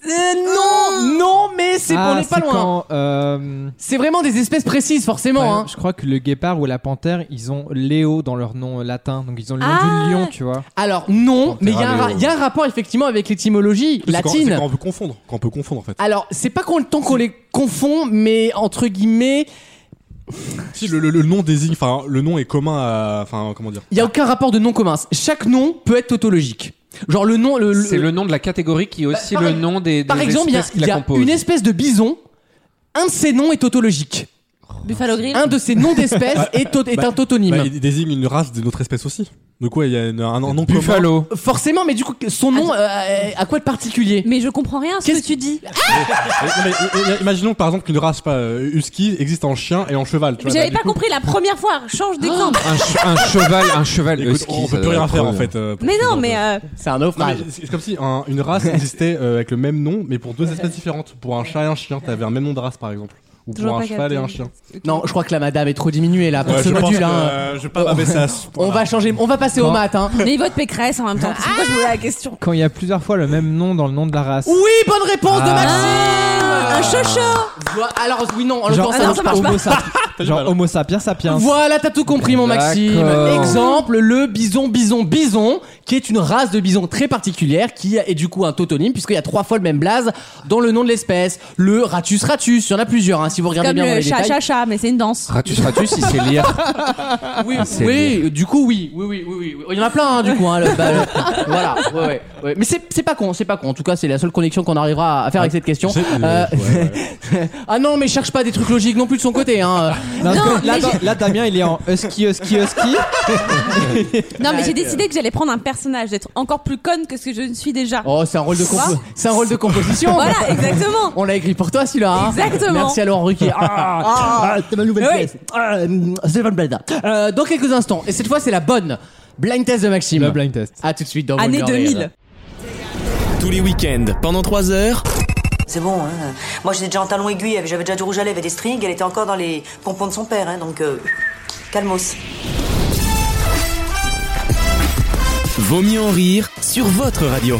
Speaker 2: euh, non, non, mais c'est
Speaker 6: Ah,
Speaker 2: on n'est pas
Speaker 6: c'est
Speaker 2: loin.
Speaker 6: quand, euh,
Speaker 2: C'est vraiment des espèces précises, forcément.
Speaker 6: par-
Speaker 2: hein.
Speaker 6: Je crois que le guépard ou la panthère, ils ont Léo dans leur nom euh, latin, donc ils ont le nom
Speaker 5: Ah.
Speaker 6: du lion, tu vois.
Speaker 2: Alors, non, mais il y, a un ra-
Speaker 4: Léo.
Speaker 2: il y a un rapport effectivement avec l'étymologie
Speaker 4: C'est quand-
Speaker 2: latine.
Speaker 4: C'est quand on peut confondre. Quand on peut confondre, en fait.
Speaker 2: Alors, c'est pas qu'on le temps qu'on les confond, mais entre guillemets,
Speaker 4: Si le, le- le nom désigne, enfin, le nom est commun à, enfin, comment dire.
Speaker 2: il y a aucun rapport de nom commun. Chaque nom peut être tautologique. Genre le nom, le, le-
Speaker 3: C'est le nom de la catégorie qui est aussi
Speaker 2: par-
Speaker 3: le nom des, des
Speaker 2: par exemple, il y a,
Speaker 3: espèces qui la
Speaker 2: il y a
Speaker 3: composent.
Speaker 2: une espèce de bison. Un de ses noms est tautologique.
Speaker 5: Buffalo Grill.
Speaker 2: Oh, Un de ses noms d'espèce est, taut- est
Speaker 4: Bah,
Speaker 2: un tautonyme.
Speaker 4: Bah, il désigne une race de notre espèce aussi. De quoi il y a une- un, un nom commun.
Speaker 3: Buffalo.
Speaker 2: Forcément, mais du coup, son nom euh, a quoi de particulier
Speaker 5: Mais je comprends rien à ce
Speaker 2: Qu'est-ce-
Speaker 5: que tu dis.
Speaker 4: Mais- non, mais, euh, euh, imaginons par exemple qu'une race pas euh, husky existe en chien et en cheval. Tu vois,
Speaker 5: J'avais
Speaker 4: bah,
Speaker 5: pas
Speaker 4: du coup,
Speaker 5: compris la première fois. Change d'exemple.
Speaker 2: Oh.
Speaker 3: Un, che- un cheval, un cheval
Speaker 4: écoute,
Speaker 3: husky,
Speaker 4: on
Speaker 3: ça
Speaker 4: peut plus
Speaker 3: doit
Speaker 4: rien
Speaker 3: être
Speaker 4: faire
Speaker 3: trop
Speaker 4: en
Speaker 3: bien.
Speaker 4: fait. euh, pour
Speaker 5: Mais
Speaker 4: ce
Speaker 5: non,
Speaker 4: genre de-
Speaker 5: mais euh,
Speaker 2: C'est un
Speaker 4: Non, mais
Speaker 2: naufrage.
Speaker 4: c'est comme si un- une race existait euh, avec le même nom, mais pour deux espèces différentes. Pour un chat et un chien, t'avais un même nom de race par exemple. Ou
Speaker 5: Toujours
Speaker 4: pour un
Speaker 5: pas
Speaker 4: cheval et
Speaker 5: capté.
Speaker 4: un chien.
Speaker 2: Non, je crois que la madame est trop diminuée là pour
Speaker 4: Ouais,
Speaker 2: ce
Speaker 4: je pense
Speaker 2: module.
Speaker 4: que,
Speaker 2: hein.
Speaker 4: euh, je vais pas m'abaisser à ce
Speaker 2: On
Speaker 4: point-là.
Speaker 2: va changer, on va passer au
Speaker 6: Non.
Speaker 2: maths. Hein.
Speaker 5: mais il vote Pécresse en même temps. C'est pourquoi je posais la question.
Speaker 6: Quand il y a plusieurs fois le même nom dans le nom de la race.
Speaker 2: Oui, bonne réponse de Maxime.
Speaker 5: Ah, un chocho.
Speaker 2: Voi- Alors oui, non, en
Speaker 6: Genre-
Speaker 2: l'occurrence,
Speaker 5: Ah non, ça marche
Speaker 2: Homo sapiens.
Speaker 6: Genre Homo sapiens sapiens.
Speaker 2: Voilà, t'as tout compris, mon Maxime.
Speaker 6: D'accord.
Speaker 2: Exemple, le bison, bison, bison, qui est une race de bison très particulière, qui est du coup un tautonyme, puisqu'il y a trois fois le même blaze dans le nom de l'espèce. Le ratus, ratus, il y en a plusieurs, hein, si vous regardez
Speaker 5: Comme
Speaker 2: bien dans
Speaker 5: le
Speaker 2: les
Speaker 5: chat,
Speaker 2: détails. Ah,
Speaker 5: chat, chat, mais c'est une danse.
Speaker 3: Ratus Ratus, il sait lire.
Speaker 2: Oui,
Speaker 3: c'est
Speaker 2: oui, du coup, oui, oui, oui, oui, oui, oui. Il y en a plein, hein, du coup. hein, le- bah, le- voilà, ouais, ouais, ouais. Mais c'est c'est pas con, c'est pas con. En tout cas, c'est la seule connexion qu'on arrivera à faire avec cette question.
Speaker 4: C'est-
Speaker 2: Euh,
Speaker 4: ouais, ouais.
Speaker 2: ah non, mais cherche pas des trucs logiques non plus de son côté. Hein.
Speaker 5: Non,
Speaker 6: Non, là,
Speaker 5: mais
Speaker 6: Da- là, Damien, il est en husky, husky, husky.
Speaker 5: Non,
Speaker 2: euh,
Speaker 5: mais j'ai décidé que j'allais prendre un personnage, d'être encore plus conne que ce que je ne suis déjà.
Speaker 2: Oh, c'est un rôle de compo-
Speaker 5: Quoi
Speaker 2: c'est un rôle de composition.
Speaker 5: Voilà, exactement.
Speaker 2: On l'a écrit pour toi celui-là. hein.
Speaker 5: Exactement.
Speaker 2: Merci à Laurent Ruquier. Ah, ah, c'est ma nouvelle
Speaker 5: Oui.
Speaker 2: pièce. Ah, hum, Stéphane Blada. Euh, dans quelques instants, et cette fois c'est la bonne blind test de Maxime.
Speaker 6: Le blind test.
Speaker 2: À tout de suite dans
Speaker 5: Année
Speaker 2: Vulgaire Rire.
Speaker 5: 2000.
Speaker 1: Tous les week-ends, pendant 3 heures,
Speaker 10: C'est bon, hein. Moi, j'étais déjà en talon aiguille, j'avais déjà du rouge à lèvres et des strings, elle était encore dans les pompons de son père, hein, donc euh, calmos.
Speaker 1: Vaut mieux en rire sur votre radio.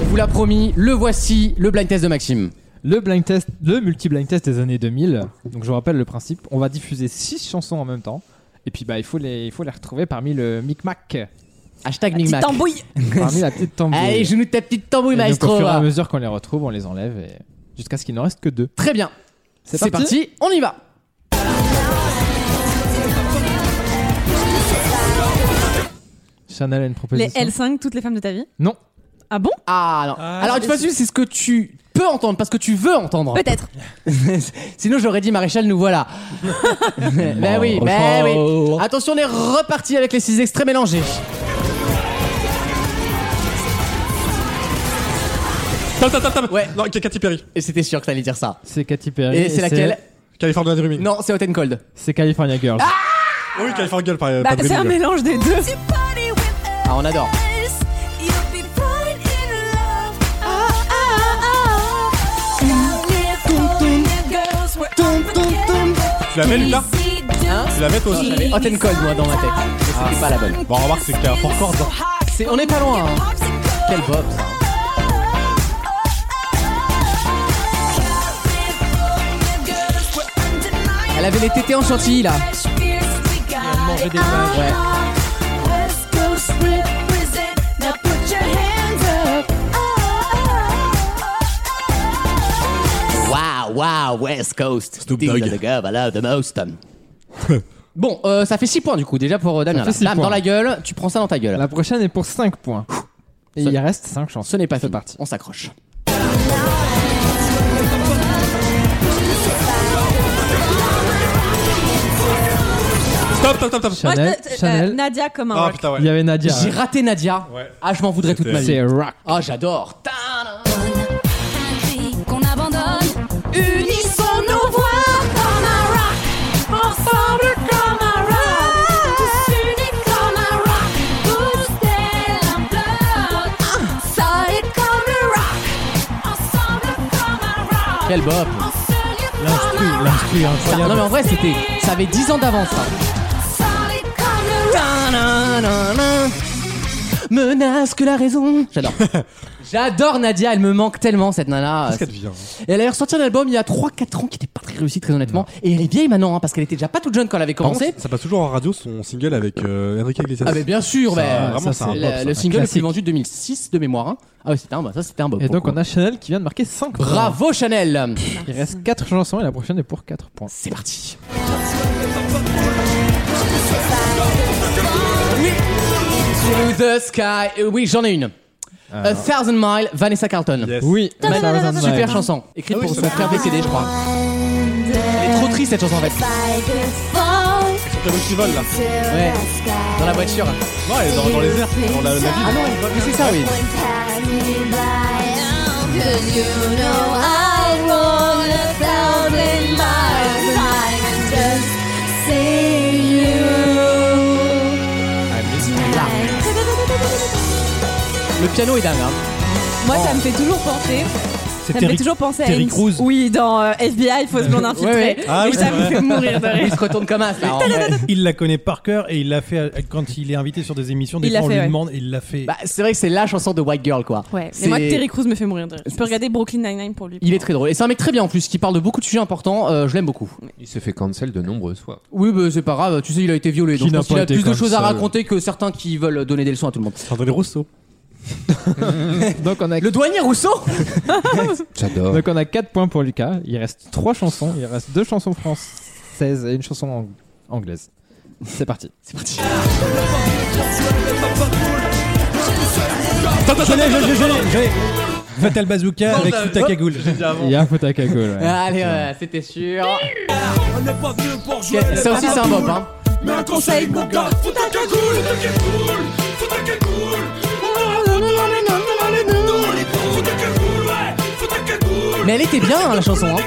Speaker 2: On vous l'a promis, le voici, le blind test de Maxime.
Speaker 6: Le blind test, le multi-blind test des années 2000. Donc je vous rappelle le principe, on va diffuser 6 chansons en même temps. Et puis bah il faut les, il faut les retrouver parmi le micmac,
Speaker 2: Hashtag Big
Speaker 5: Petite
Speaker 2: Mac.
Speaker 5: tambouille.
Speaker 6: parmi la petite tambouille.
Speaker 2: Allez, je nous ta petite tambouille
Speaker 6: Et donc,
Speaker 2: maestro.
Speaker 6: au fur et
Speaker 2: va.
Speaker 6: à mesure qu'on les retrouve, on les enlève et jusqu'à ce qu'il n'en reste que deux.
Speaker 2: Très bien. C'est parti. on y va.
Speaker 6: Chanel a une proposition.
Speaker 5: Les L5, toutes les femmes de ta vie.
Speaker 6: Non.
Speaker 5: Ah bon
Speaker 2: Ah non. Alors une fois de plus, c'est ce que tu peux entendre parce que tu veux entendre.
Speaker 5: Peut-être.
Speaker 2: Sinon j'aurais dit maréchal nous voilà. ben oui, ben
Speaker 6: Oh.
Speaker 2: oui. Attention, on est reparti avec les six extraits mélangés.
Speaker 4: Tam, tam, tam, tam.
Speaker 2: Ouais.
Speaker 4: Non, Katy Perry.
Speaker 2: Et c'était sûr que t'allais dire ça.
Speaker 6: C'est Katy Perry.
Speaker 2: Et c'est laquelle
Speaker 4: California Dreaming.
Speaker 2: Non, c'est Hot and Cold.
Speaker 6: C'est California Girls.
Speaker 4: Oh oui, California Girl, pas,
Speaker 5: Bah,
Speaker 4: pas
Speaker 5: c'est un
Speaker 4: Dreaming.
Speaker 5: mélange des deux.
Speaker 2: Ah, on adore.
Speaker 4: Tu la mets, Lucas
Speaker 2: Hein
Speaker 4: Tu la mets toi aussi
Speaker 2: J'avais Hot and Cold, moi, dans ma tête. Mais c'était pas la bonne.
Speaker 4: Bon, remarque, c'est qu'il y a un fort corps. hein.
Speaker 2: C'est- On est pas loin, hein. Quel bop, ça. Elle avait les tétés en chantilly, là. Ouais. Wow, wow, West Coast.
Speaker 4: Snoop
Speaker 2: These
Speaker 4: Dogg.
Speaker 2: are the girls I love the most. Bon, euh, ça fait 6 points du coup, déjà pour euh, Damien.
Speaker 6: Ça fait
Speaker 2: là.
Speaker 6: six
Speaker 2: Dame,
Speaker 6: points.
Speaker 2: dans la gueule, tu prends ça dans ta gueule.
Speaker 6: La prochaine est pour 5 points. Et
Speaker 2: Ce-
Speaker 6: il reste 5 chances.
Speaker 2: Ce n'est pas fini. On s'accroche.
Speaker 4: Stop, stop, stop, stop.
Speaker 6: Chanel,
Speaker 5: je- euh,
Speaker 6: Chanel.
Speaker 5: Nadia comme un
Speaker 4: Ah
Speaker 5: rock.
Speaker 4: putain, ouais.
Speaker 6: Il y avait Nadia.
Speaker 2: J'ai raté Nadia. Ah, je m'en voudrais toute ma vie.
Speaker 6: C'est rock.
Speaker 2: Ah, j'adore. Ta-
Speaker 11: qu'on abandonne. Unissons nos voix comme un rock, ensemble comme un rock, tous unis comme un rock, tous tel un bloc. Solide comme le rock, ensemble comme un rock.
Speaker 2: Quel bop.
Speaker 11: L'instru,
Speaker 7: l'instru
Speaker 2: Ça- non, mais en vrai, c'était, ça avait 10 ans d'avance. hein. ça.
Speaker 11: Solide comme le rock.
Speaker 2: Ta-na-na-na. Menace que la raison. J'adore. J'adore Nadia, elle me manque tellement cette nana.
Speaker 4: Qu'est-ce qu'elle devient
Speaker 2: Et elle avait ressorti un album il y a 3-4 ans qui n'était pas très réussi, très honnêtement. Et elle est vieille maintenant, hein, parce qu'elle était déjà pas toute jeune quand elle avait
Speaker 4: Par
Speaker 2: commencé.
Speaker 4: contre, Ça passe toujours en radio son single avec euh, Enrique Iglesias.
Speaker 2: Ah, mais bien sûr,
Speaker 4: Ça,
Speaker 2: mais-
Speaker 4: vraiment,
Speaker 6: ça,
Speaker 4: c'est un
Speaker 6: c'est
Speaker 2: le,
Speaker 4: pop, ça.
Speaker 2: le single le plus
Speaker 6: classique.
Speaker 2: vendu de 2006 de mémoire. hein. Ah oui, c'était un, bah, ça c'était un bop.
Speaker 6: Et donc
Speaker 2: pour
Speaker 6: on a Chanel qui vient de marquer 5
Speaker 2: le coup.
Speaker 6: points.
Speaker 2: Bravo Chanel
Speaker 6: Il reste 4 chansons et la prochaine est pour 4 points.
Speaker 2: C'est parti To the sky, Euh, oui j'en ai une. A Thousand Mile, Vanessa Carlton.
Speaker 4: Ah. Yes.
Speaker 6: Oui,
Speaker 2: Madame,
Speaker 6: ça résonne
Speaker 2: Super
Speaker 6: mal.
Speaker 2: chanson, écrite
Speaker 4: Ah oui,
Speaker 2: pour
Speaker 4: c'est
Speaker 2: son frère décédé je crois. Elle est trop triste cette chanson en fait.
Speaker 4: C'est le qui vole là.
Speaker 2: Ouais, dans la voiture.
Speaker 4: Non, elle est dans, dans les airs. Dans la, la ville.
Speaker 2: Ah non, mais c'est ça oui. Le piano est dingue. hein.
Speaker 5: Moi, ça me fait toujours penser. Ça me fait toujours penser à
Speaker 7: Terry
Speaker 5: Ames.
Speaker 7: Crews.
Speaker 5: Oui, dans euh, FBI, fausse blonde infiltrée.
Speaker 2: Ouais, ouais.
Speaker 4: Ah
Speaker 5: Et
Speaker 4: oui,
Speaker 5: ça
Speaker 4: c'est
Speaker 5: me
Speaker 4: vrai.
Speaker 5: fait mourir de rire.
Speaker 2: Il se retourne comme un ça. en vrai.
Speaker 7: il la connaît par cœur et il l'a fait euh, quand il est invité sur des émissions. Des
Speaker 5: Il l'a
Speaker 7: fois, on
Speaker 5: fait,
Speaker 7: lui
Speaker 5: ouais.
Speaker 7: demande et il l'a fait.
Speaker 2: Bah, c'est vrai que c'est la chanson de White Girl quoi.
Speaker 5: Ouais, mais
Speaker 2: C'est-
Speaker 5: moi, Terry Crews me fait mourir de rire. Je peux regarder Brooklyn Nine-Nine pour lui.
Speaker 2: Il est très drôle. Et c'est un mec très bien en plus qui parle de beaucoup de sujets importants. euh, je l'aime beaucoup.
Speaker 3: Il s'est fait cancel de nombreuses fois.
Speaker 2: Oui, bah, c'est pas grave. Tu sais, il a été violé.
Speaker 6: Qui
Speaker 2: Donc je
Speaker 6: n'a
Speaker 2: pense qu'il
Speaker 6: pas
Speaker 2: a
Speaker 6: été
Speaker 2: plus de
Speaker 6: comme
Speaker 2: choses à
Speaker 4: euh
Speaker 6: ça,
Speaker 2: raconter que certains qui veulent donner des leçons à tout le monde.
Speaker 4: C'est André Rousseau.
Speaker 6: Donc on a
Speaker 2: Le douanier Rousseau
Speaker 3: J'adore.
Speaker 6: Donc on a 4 points pour Lucas, il reste 3 chansons, il reste 2 chansons françaises et une chanson ang- anglaise. C'est parti.
Speaker 2: C'est parti.
Speaker 7: Je l'ai, je l'ai, je l'ai, je l'ai. Fatal Bazooka avec Futa Cagoule.
Speaker 6: Il y a un faute à cagole. ouais.
Speaker 2: Allez, ouais, c'était sûr. Ça aussi, c'est un bob. Hein. Mais elle était bien, hein, la chanson. hein.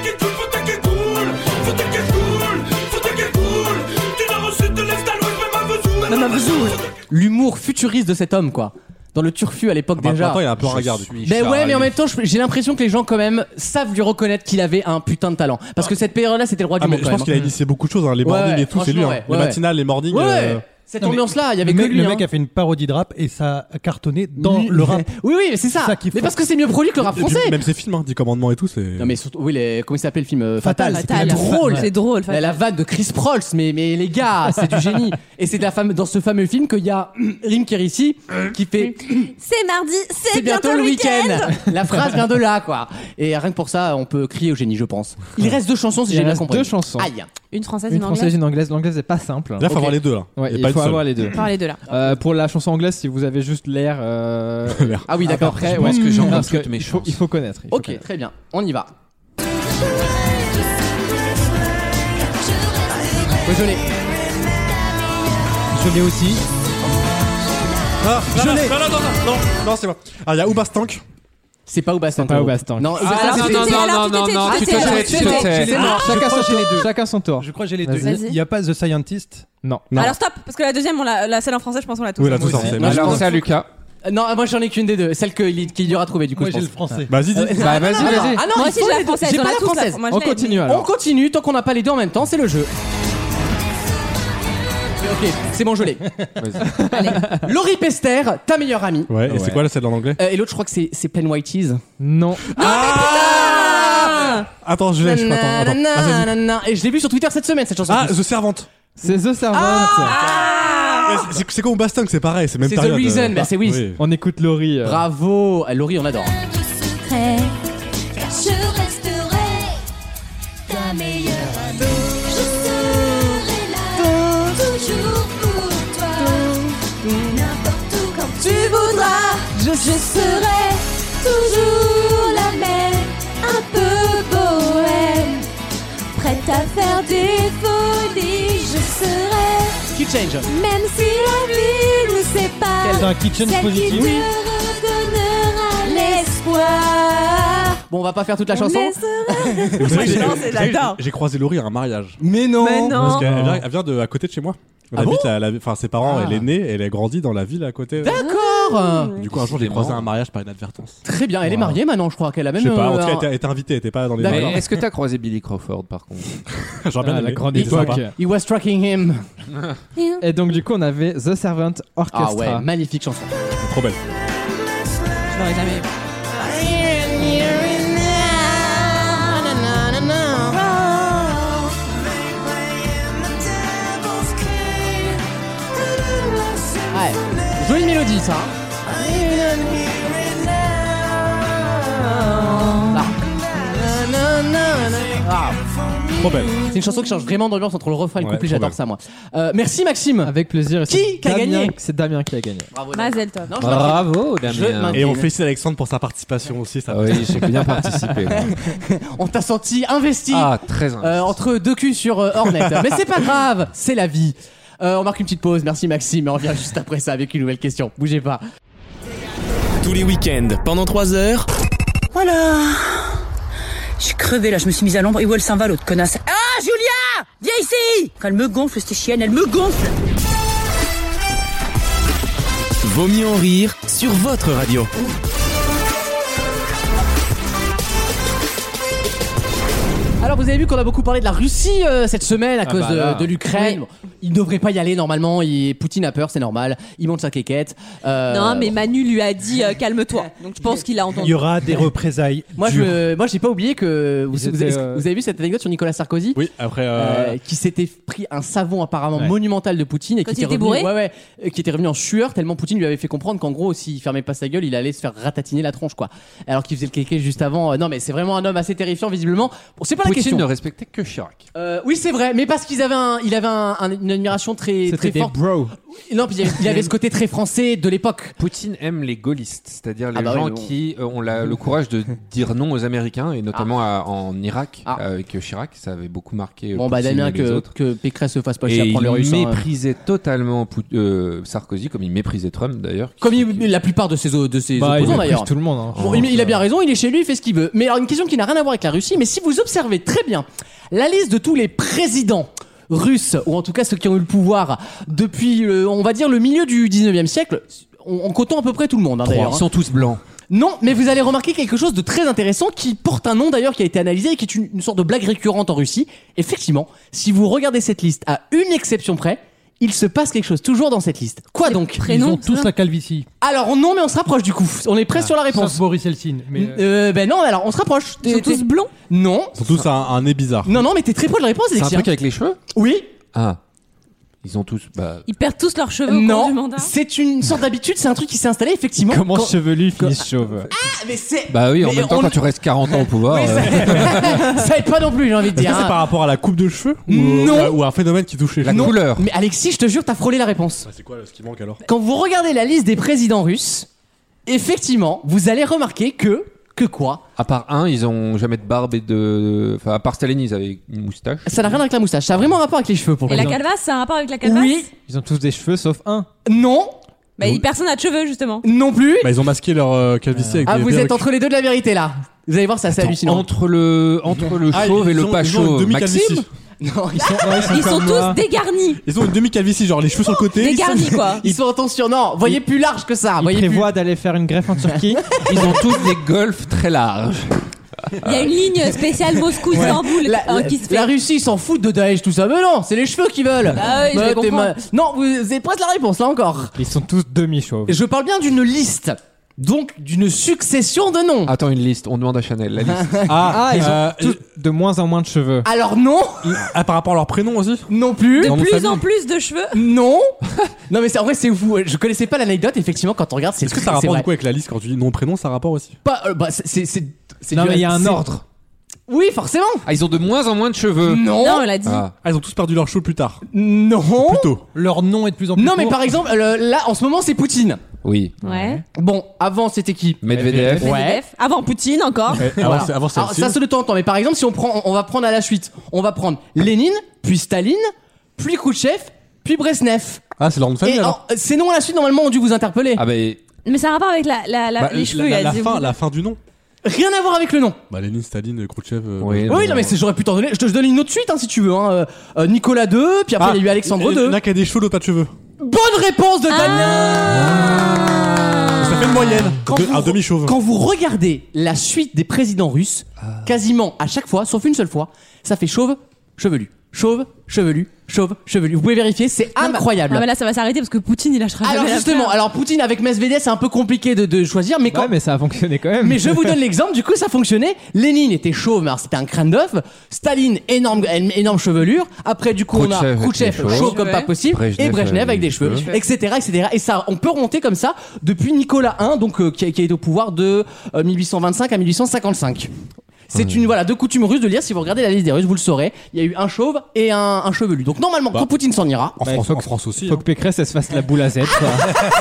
Speaker 2: L'humour futuriste de cet homme, quoi. Dans le turfu à l'époque
Speaker 4: Bah,
Speaker 2: déjà.
Speaker 4: Attends, il a un peu un
Speaker 3: Je
Speaker 4: regard.
Speaker 3: suis
Speaker 2: Mais ouais, mais en même temps, je- j'ai l'impression que les gens, quand même, savent lui reconnaître qu'il avait un putain de talent. Parce que cette période-là, c'était le roi du
Speaker 4: Ah, mais
Speaker 2: monde,
Speaker 4: je
Speaker 2: quand
Speaker 4: pense
Speaker 2: même.
Speaker 4: qu'il a initié beaucoup de choses. hein. Les
Speaker 2: Ouais,
Speaker 4: mornings
Speaker 2: ouais,
Speaker 4: et tout, c'est lui.
Speaker 2: franchement,
Speaker 4: hein.
Speaker 2: ouais,
Speaker 4: Les
Speaker 2: ouais.
Speaker 4: matinales, les mornings.
Speaker 2: Ouais,
Speaker 4: euh,
Speaker 2: ouais. Cette
Speaker 7: Non, mais
Speaker 2: ambiance-là, il y avait
Speaker 7: le
Speaker 2: que
Speaker 7: mec,
Speaker 2: lui.
Speaker 7: le mec
Speaker 2: hein.
Speaker 7: a fait une parodie de rap et ça a cartonné dans le rap.
Speaker 2: Oui, oui, mais c'est ça.
Speaker 7: C'est ça qui est
Speaker 2: mais
Speaker 7: fou.
Speaker 2: parce que c'est mieux produit que le rap
Speaker 4: et puis,
Speaker 2: français.
Speaker 4: Même ses films, hein, 10 commandements et tout, c'est.
Speaker 2: Non, mais surtout, oui, les- comment il s'appelle le film euh, Fatal.
Speaker 7: Fatal,
Speaker 2: C'était
Speaker 5: Fatal.
Speaker 2: drôle.
Speaker 5: C'est drôle.
Speaker 2: La, la vanne de Chris Prolls, mais, mais les gars, c'est du génie. Et c'est de la fame- dans ce fameux film qu'il y a Rim Kérissi qui fait
Speaker 5: C'est mardi,
Speaker 2: C'est bientôt le week-end La phrase vient de là, quoi. Et rien que pour ça, on peut crier au génie, je pense. Il reste deux chansons, si
Speaker 6: Il
Speaker 2: j'ai bien
Speaker 6: reste
Speaker 2: compris.
Speaker 6: deux chansons.
Speaker 2: Aïe
Speaker 5: Une française, une,
Speaker 6: Une française,
Speaker 5: anglaise.
Speaker 6: une anglaise. L'anglaise est pas simple. hein.
Speaker 4: Là, faut
Speaker 2: Ok.
Speaker 4: avoir les deux. là.
Speaker 6: Ouais,
Speaker 4: y a
Speaker 6: il
Speaker 4: pas une
Speaker 6: faut
Speaker 4: seule.
Speaker 6: avoir les deux.
Speaker 5: Par les deux là.
Speaker 6: Euh, pour la chanson anglaise, si vous avez juste l'air. euh,
Speaker 2: Ah oui,
Speaker 6: à peu
Speaker 2: d'accord.
Speaker 6: près,
Speaker 2: Je
Speaker 6: ouais.
Speaker 2: pense que
Speaker 3: j'ai encore
Speaker 6: Parce que
Speaker 3: toutes mes
Speaker 6: il faut-
Speaker 3: chances.
Speaker 6: Il faut connaître. il faut
Speaker 2: Ok,
Speaker 6: connaître.
Speaker 2: très bien. On y va. Oui, je l'ai.
Speaker 7: Je l'ai aussi.
Speaker 4: Ah, je l'ai. Non, non, non, non, non, non, c'est bon. Ah, il y a Oubastank.
Speaker 2: C'est pas Oubastank.
Speaker 6: C'est pas Oubastank.
Speaker 2: Non,
Speaker 3: Ah,
Speaker 2: ça,
Speaker 5: non,
Speaker 2: c'était-
Speaker 5: non,
Speaker 3: tu
Speaker 5: non,
Speaker 3: te
Speaker 5: c'était-
Speaker 3: tais, tu
Speaker 2: c'était-
Speaker 3: te tais.
Speaker 6: Chacun son tour. Chacun son tour.
Speaker 7: Je crois que j'ai les
Speaker 6: Vas-y.
Speaker 7: deux. Il n'y a pas The Scientist.
Speaker 6: Non.
Speaker 5: Alors stop, parce que la deuxième, on l'a- la celle en français, je pense qu'on l'a tous.
Speaker 4: Oui, là, tout ça, on sait.
Speaker 2: Moi, je
Speaker 3: Alors
Speaker 2: pense-
Speaker 3: c'est à Lucas.
Speaker 2: Non, moi j'en ai qu'une des deux, celle que Lily- qu'il y aura trouvé du coup.
Speaker 7: Moi,
Speaker 2: je
Speaker 7: j'ai le
Speaker 2: pense.
Speaker 7: français.
Speaker 4: Vas-y, dis.
Speaker 3: Bah vas-y,
Speaker 2: non, non.
Speaker 3: vas-y.
Speaker 2: Ah non,
Speaker 5: Moi
Speaker 2: il
Speaker 5: aussi,
Speaker 2: faut les
Speaker 5: j'ai la
Speaker 2: deux.
Speaker 5: française.
Speaker 2: J'ai
Speaker 5: on
Speaker 2: pas
Speaker 5: l'a
Speaker 2: la
Speaker 5: tous,
Speaker 2: française.
Speaker 5: Moi, je
Speaker 6: On
Speaker 5: l'ai.
Speaker 6: continue
Speaker 2: On
Speaker 6: alors.
Speaker 2: continue tant qu'on n'a pas les deux en même temps, c'est le jeu. Ok, c'est bon, je l'ai. Laurie Pester, ta meilleure amie.
Speaker 4: Ouais, et c'est quoi là, celle en anglais
Speaker 2: Euh, et l'autre, je crois que c'est, c'est Plain White Tees.
Speaker 6: Non.
Speaker 5: Ah
Speaker 4: Attends, je l'ai, je crois. Attends, attends. Ah, vas-y.
Speaker 2: Nanana. Et je l'ai vu sur Twitter cette semaine, cette chanson.
Speaker 4: Ah, The Servante.
Speaker 6: C'est The Servant.
Speaker 4: Ouais, c'est- C'est quoi Oubastank C'est pareil, c'est même
Speaker 2: C'est The
Speaker 4: période,
Speaker 2: Reason,
Speaker 4: euh,
Speaker 2: bah, c'est oui.
Speaker 6: On écoute Laurie. euh,
Speaker 2: Bravo. Ah, Laurie, on adore.
Speaker 11: secret, car je resterai ta meilleure amie. Je serai là je serai toujours la même, un peu bohème, prête à faire des folies, je serai
Speaker 2: Qui change
Speaker 11: même si la vie nous sépare,
Speaker 7: C'est un kitchen
Speaker 11: celle qui
Speaker 7: positif.
Speaker 11: te
Speaker 7: Oui.
Speaker 11: redonnera l'espoir.
Speaker 2: Bon, on va pas faire toute la
Speaker 11: On
Speaker 2: chanson.
Speaker 11: laissera-
Speaker 4: Et vous savez que j'ai-
Speaker 11: Non,
Speaker 4: vous
Speaker 11: c'est
Speaker 4: savez que
Speaker 11: j'adore.
Speaker 4: j'ai- J'ai croisé Laurie à un mariage.
Speaker 11: Mais non. Mais non.
Speaker 2: Hein.
Speaker 4: Parce qu'elle elle vient, elle vient de à côté de chez moi. Elle
Speaker 2: Ah
Speaker 4: habite
Speaker 2: bon
Speaker 4: à la- enfin, ses parents,
Speaker 2: Ah.
Speaker 4: elle est née, elle a grandi dans la ville à côté.
Speaker 2: D'accord
Speaker 4: Du coup, un jour, j'ai croisé à un mariage par inadvertance.
Speaker 2: Très bien, elle est mariée maintenant, je crois qu'elle a
Speaker 4: Je
Speaker 2: même.
Speaker 4: sais pas,
Speaker 2: euh,
Speaker 4: en tout cas, elle
Speaker 2: un-
Speaker 4: était- elle était invitée, elle était pas dans les
Speaker 2: D'accord.
Speaker 4: mariages.
Speaker 3: Est-ce que t'as croisé Billy Crawford par contre
Speaker 4: J'aurais bien
Speaker 6: Ah,
Speaker 4: aimé.
Speaker 6: la grande
Speaker 4: Il était
Speaker 6: époque.
Speaker 4: sympa.
Speaker 2: He was tracking him.
Speaker 6: Et donc du coup on avait The Servant Orchestra.
Speaker 2: Ah ouais, magnifique chanson.
Speaker 4: Ah, Trop belle.
Speaker 2: Je l'aurais jamais. Ouais. Jolie mélodie ça. hein. Ah. Ah.
Speaker 4: Trop belle.
Speaker 2: C'est une chanson qui change vraiment d'ambiance entre le refrain et le
Speaker 6: Ouais,
Speaker 2: couplet,
Speaker 6: trop
Speaker 2: j'adore
Speaker 6: bien.
Speaker 2: ça moi. Euh, merci Maxime
Speaker 6: Avec plaisir. et
Speaker 2: Qui
Speaker 6: c'est
Speaker 2: qui a
Speaker 6: Damien-
Speaker 2: gagné
Speaker 6: C'est Damien qui a gagné.
Speaker 2: Bravo,
Speaker 5: Mazel tov.
Speaker 2: Non, je
Speaker 3: Ah.
Speaker 6: Bravo
Speaker 2: Je Damien.
Speaker 4: Et on
Speaker 2: m'incline.
Speaker 4: félicite Alexandre pour sa participation aussi. Ça
Speaker 3: Ah oui, j'ai bien participé.
Speaker 2: On t'a senti investi
Speaker 3: Ah, très investi.
Speaker 2: Euh, entre deux culs sur euh, Hornet. Mais c'est pas grave, c'est la vie. Euh, on marque une petite pause, merci Maxime, et on revient juste après ça avec une nouvelle question. Bougez pas.
Speaker 1: Tous les week-ends, pendant 3 heures.
Speaker 10: Voilà. Je suis crevée là, je me suis mise à l'ombre. Et où elle s'en va l'autre connasse Ah, Julia Viens ici Elle me gonfle, cette chienne, elle me gonfle
Speaker 1: Vaut mieux en rire sur votre radio.
Speaker 2: Alors vous avez vu qu'on a beaucoup parlé de la Russie euh, cette semaine à
Speaker 6: Ah
Speaker 2: cause
Speaker 6: bah
Speaker 2: de-
Speaker 6: là.
Speaker 2: de, l'Ukraine. Bon, Il ne devrait pas y aller normalement, il- Poutine a peur, c'est normal, il monte sa quéquette. Euh,
Speaker 5: Non, mais Manu lui a dit euh, calme-toi. Donc je pense qu'il a
Speaker 7: Il
Speaker 5: entendu.
Speaker 7: y aura des représailles.
Speaker 2: Moi, je,
Speaker 7: dures.
Speaker 2: me- moi, j'ai pas oublié que vous,
Speaker 6: Ils
Speaker 2: vous avez,
Speaker 6: étaient, euh,
Speaker 2: vous avez vu cette anecdote sur Nicolas Sarkozy,
Speaker 4: Oui, après.
Speaker 2: euh,
Speaker 4: euh,
Speaker 2: qui s'était pris un savon apparemment
Speaker 6: Ouais.
Speaker 2: monumental de Poutine et
Speaker 5: Quand
Speaker 2: qui
Speaker 5: il
Speaker 2: était
Speaker 5: était
Speaker 2: revenu,
Speaker 5: bourré
Speaker 2: ouais, ouais, euh, qui était revenu en sueur tellement Poutine lui avait fait comprendre qu'en gros, s'il fermait pas sa gueule, il allait se faire ratatiner la tronche, quoi. Alors qu'il faisait le kéké juste avant. Euh, Non, mais c'est vraiment un homme assez terrifiant visiblement. Bon, c'est pas la
Speaker 3: Poutine
Speaker 2: question.
Speaker 3: ne respectait que Chirac.
Speaker 2: Euh, oui, c'est vrai, mais parce qu'ils avaient, un, il avait un- un- une admiration très,
Speaker 6: C'était
Speaker 2: très
Speaker 6: des
Speaker 2: forte.
Speaker 6: bros.
Speaker 2: Non, puis il avait- il avait ce côté très français de l'époque.
Speaker 3: Poutine aime les gaullistes, c'est-à-dire les
Speaker 2: Ah bah oui,
Speaker 3: gens
Speaker 2: mais on-
Speaker 3: qui euh, ont la- le courage de dire non aux Américains, et notamment à- en Irak, euh,
Speaker 2: Ah.
Speaker 3: avec Chirac, ça avait beaucoup marqué euh,
Speaker 2: Bon, bah,
Speaker 3: Poutine
Speaker 2: Damien,
Speaker 3: et les
Speaker 2: que,
Speaker 3: autres.
Speaker 2: que Pécresse se fasse pas chier
Speaker 3: Et
Speaker 2: à
Speaker 3: il
Speaker 2: prendre le russe. hein.
Speaker 3: méprisait totalement Pout- euh, Sarkozy, comme il méprisait Trump d'ailleurs.
Speaker 2: Comme il- la plupart de ses, o- de ses
Speaker 6: Bah, il
Speaker 2: opposants
Speaker 6: a pris
Speaker 2: d'ailleurs.
Speaker 6: tout le monde. hein.
Speaker 2: Bon, il, il a bien raison, il est chez lui, il fait ce qu'il veut. Mais alors, une question qui n'a rien à voir avec la Russie, mais si vous observez très bien la liste de tous les présidents russes, ou en tout cas ceux qui ont eu le pouvoir depuis, le- on va dire, le milieu du 19e siècle, on, on compte à peu près tout le monde hein, d'ailleurs.
Speaker 3: Ils
Speaker 2: hein.
Speaker 3: sont tous blancs.
Speaker 2: Non, mais vous allez remarquer quelque chose de très intéressant qui porte un nom d'ailleurs qui a été analysé et qui est une, une sorte de blague récurrente en Russie. Effectivement, si vous regardez cette liste à une exception près, il se passe quelque chose toujours dans cette liste. Quoi donc
Speaker 7: Ils
Speaker 5: Prénom
Speaker 7: ont tous la calvitie.
Speaker 2: Alors non, mais on se rapproche du coup. On est prêt sur la
Speaker 7: Sauf
Speaker 2: réponse.
Speaker 7: Boris Eltsine. Mais euh,
Speaker 2: Euh, ben non, alors on se rapproche.
Speaker 5: Ils
Speaker 2: T'es-
Speaker 5: sont
Speaker 2: t'es-
Speaker 5: tous blonds.
Speaker 2: Non,
Speaker 4: Ils sont tous un, un nez bizarre.
Speaker 2: non, non, mais t'es très proche de la réponse,
Speaker 3: C'est un
Speaker 2: Alexis.
Speaker 3: truc avec les cheveux
Speaker 2: Oui,
Speaker 3: Ah. Ils ont tous. Bah,
Speaker 5: Ils perdent tous leurs cheveux au cours du
Speaker 2: non.
Speaker 5: mandat.
Speaker 2: C'est une sorte d'habitude, c'est un truc qui s'est installé effectivement.
Speaker 6: Comment
Speaker 2: Quand-
Speaker 6: chevelu finissent chauve
Speaker 2: Ah, mais c'est.
Speaker 3: bah oui, en
Speaker 2: Mais
Speaker 3: même temps,
Speaker 2: on-
Speaker 3: quand tu restes 40 ans au pouvoir.
Speaker 2: Oui,
Speaker 3: euh,
Speaker 2: ça... ça aide pas non plus, j'ai envie de
Speaker 4: Est-ce
Speaker 2: dire.
Speaker 4: que c'est
Speaker 2: hein.
Speaker 4: par rapport à la coupe de cheveux ou,
Speaker 2: Non.
Speaker 4: ou à un phénomène qui touche les
Speaker 3: La
Speaker 4: cheveux
Speaker 3: couleur.
Speaker 2: Mais Alexis, je te jure, t'as frôlé la réponse.
Speaker 4: Bah, C'est quoi euh, ce qui manque alors
Speaker 2: Quand vous regardez la liste des présidents russes, effectivement, vous allez remarquer que. Que quoi
Speaker 3: À part un, ils ont jamais de barbe et de. Enfin, à part Staline, ils avaient une moustache.
Speaker 2: Ça n'a rien avec la moustache, ça a vraiment un rapport avec les cheveux pour le
Speaker 5: Et la
Speaker 2: coup.
Speaker 5: calvasse, ça a un rapport avec la calvasse
Speaker 2: Oui.
Speaker 6: Ils ont tous des cheveux sauf un.
Speaker 2: Non,
Speaker 5: Bah, il- personne n'a de cheveux, justement.
Speaker 2: non plus.
Speaker 4: Bah, ils ont masqué leur euh, calvitie avec
Speaker 2: Ah,
Speaker 4: des
Speaker 2: vous êtes
Speaker 4: perruques.
Speaker 2: entre les deux de la vérité là. Vous allez voir, ça c'est hallucinant.
Speaker 3: Entre le, entre le
Speaker 4: Ah,
Speaker 3: chauve
Speaker 4: ils
Speaker 3: et le
Speaker 4: ont-
Speaker 3: pas
Speaker 4: ils ont une
Speaker 3: chauve.
Speaker 4: demi-calvitie.
Speaker 3: Maxime
Speaker 2: Non, ils sont,
Speaker 5: Ils sont tous dégarnis.
Speaker 4: Ils ont une demi-calvitie, genre les cheveux sur le côté. ils sont-
Speaker 5: Dégarnis, quoi.
Speaker 2: ils sont en tension. Non, voyez plus large que ça.
Speaker 6: Ils
Speaker 2: voyez plus.
Speaker 6: prévoient d'aller faire une greffe en Turquie.
Speaker 3: Ils ont tous des golfs très larges.
Speaker 5: Il y a une ligne spéciale Moscou-Istanbul
Speaker 2: La,
Speaker 5: euh,
Speaker 2: la-
Speaker 5: qui se
Speaker 2: la
Speaker 5: fait.
Speaker 2: Russie ils s'en fout de Daesh, tout ça. Mais non, c'est les cheveux qui veulent. Bah,
Speaker 5: Ah oui, je les
Speaker 2: t'es
Speaker 5: comprends.
Speaker 2: Non, vous avez presque la réponse là encore.
Speaker 6: Ils sont tous demi chauves.
Speaker 2: Je parle bien d'une liste. Donc d'une succession de noms.
Speaker 3: Attends, une liste. On demande à Chanel la liste.
Speaker 6: Ah, ils ont
Speaker 4: euh,
Speaker 6: tous de moins en moins de cheveux.
Speaker 2: Alors non,
Speaker 4: Ah, par rapport à leur prénom aussi
Speaker 2: non plus.
Speaker 5: De plus en plus de cheveux.
Speaker 2: Non. non mais c'est- en vrai c'est fou. Je connaissais pas l'anecdote. Effectivement quand on regarde c'est
Speaker 4: Est-ce que
Speaker 2: c'est
Speaker 4: ça rapporte
Speaker 2: vrai.
Speaker 4: du coup avec la liste quand tu dis nom prénom, ça rapporte aussi
Speaker 2: Pas- euh, bah, c'est- c'est- c'est- c'est
Speaker 6: Non,
Speaker 2: du-
Speaker 6: mais il y a un
Speaker 2: c'est-
Speaker 6: ordre. Euh,
Speaker 2: Oui forcément.
Speaker 3: Ah, ils ont de moins en moins de cheveux.
Speaker 2: Non.
Speaker 5: Non, elle a dit.
Speaker 3: Ah.
Speaker 4: Ah, ils ont tous perdu leur cheveux plus tard.
Speaker 2: Non.
Speaker 4: Plutôt.
Speaker 7: leur nom est de plus en plus.
Speaker 2: Non mais
Speaker 7: court.
Speaker 2: par exemple le- là en ce moment c'est Poutine.
Speaker 3: Oui.
Speaker 5: Ouais.
Speaker 2: Bon, avant c'était qui
Speaker 3: Medvedev.
Speaker 2: Ouais.
Speaker 5: Medvedev. Avant Poutine encore.
Speaker 4: Eh,
Speaker 2: Voilà.
Speaker 3: avant, c'est- avant, c'est
Speaker 4: Ah,
Speaker 2: Alors,
Speaker 3: Eltsine.
Speaker 2: ça c'est le temps en temps. Mais par exemple, si on prend, on va prendre à la suite. On va prendre Lénine, puis Staline, puis Khrouchtchev, puis Brezhnev.
Speaker 4: Ah, c'est leur nom de
Speaker 2: Et
Speaker 4: famille alors
Speaker 2: alors, ces noms à la suite normalement ont dû vous interpeller.
Speaker 3: Ah, ben.
Speaker 5: Mais ça a un rapport avec la, la, la-
Speaker 4: Bah,
Speaker 5: les cheveux.
Speaker 4: la,
Speaker 5: elle
Speaker 4: la
Speaker 5: dit-
Speaker 4: fin, la fin du nom.
Speaker 2: Rien à voir avec le nom.
Speaker 4: Bah, Lénine, Staline, Khrouchtchev. euh,
Speaker 3: Oui,
Speaker 2: Oui, non mais c'est- j'aurais pu t'en donner. Je te je donne une autre suite hein, si tu veux. hein. Euh, euh, Nicolas II, puis
Speaker 4: Ah.
Speaker 2: après il y a eu Alexandre
Speaker 4: Il y en
Speaker 2: II.
Speaker 4: a qui a des cheveux, l'autre pas de cheveux.
Speaker 2: Bonne réponse de
Speaker 5: Ah.
Speaker 2: Damien.
Speaker 4: Ah. Ça fait une moyenne.
Speaker 2: Quand
Speaker 4: Deux-
Speaker 2: vous-
Speaker 4: un demi-chauve. Ah.
Speaker 2: Quand vous regardez la suite des présidents russes, quasiment à chaque fois, sauf une seule fois, ça fait chauve, chevelu, chauve, chevelu, chauve, chevelu. Vous pouvez vérifier, c'est incroyable.
Speaker 5: Ah, mais là, ça va s'arrêter parce que Poutine, il lâchera
Speaker 2: alors
Speaker 5: jamais la
Speaker 2: justement,
Speaker 5: peur.
Speaker 2: alors Poutine avec Medvedev, c'est un peu compliqué de, de choisir, mais quand.
Speaker 6: Ouais, mais ça a fonctionné quand même.
Speaker 2: Mais je vous donne l'exemple, du coup ça fonctionnait. Lénine était chauve, mais alors c'était un crâne d'œuf. Staline, énorme, énorme chevelure. Après, du coup, on
Speaker 3: Khrouchtchev
Speaker 2: a
Speaker 3: avec
Speaker 2: Khrouchtchev,
Speaker 3: des cheveux.
Speaker 2: chauve comme pas possible.
Speaker 3: Brejnev
Speaker 2: et Brejnev avec,
Speaker 3: avec
Speaker 2: des
Speaker 3: euh, des
Speaker 2: cheveux,
Speaker 3: cheveux.
Speaker 2: etc., etc. Et ça, on peut remonter comme ça depuis Nicolas I, donc, euh, qui, a- qui est au pouvoir de euh, 1825 à 1855. C'est
Speaker 3: Hmm.
Speaker 2: une voilà de coutume russe de lire. Si vous regardez la liste des Russes, vous le saurez. Il y a eu un chauve et un, un chevelu. Donc normalement,
Speaker 3: Bah.
Speaker 2: quand Poutine s'en ira,
Speaker 4: En, France,
Speaker 6: faut
Speaker 4: en
Speaker 6: que-
Speaker 4: France aussi. hein.
Speaker 6: Faut que Pécresse, elle se fasse la boule à Z. quoi.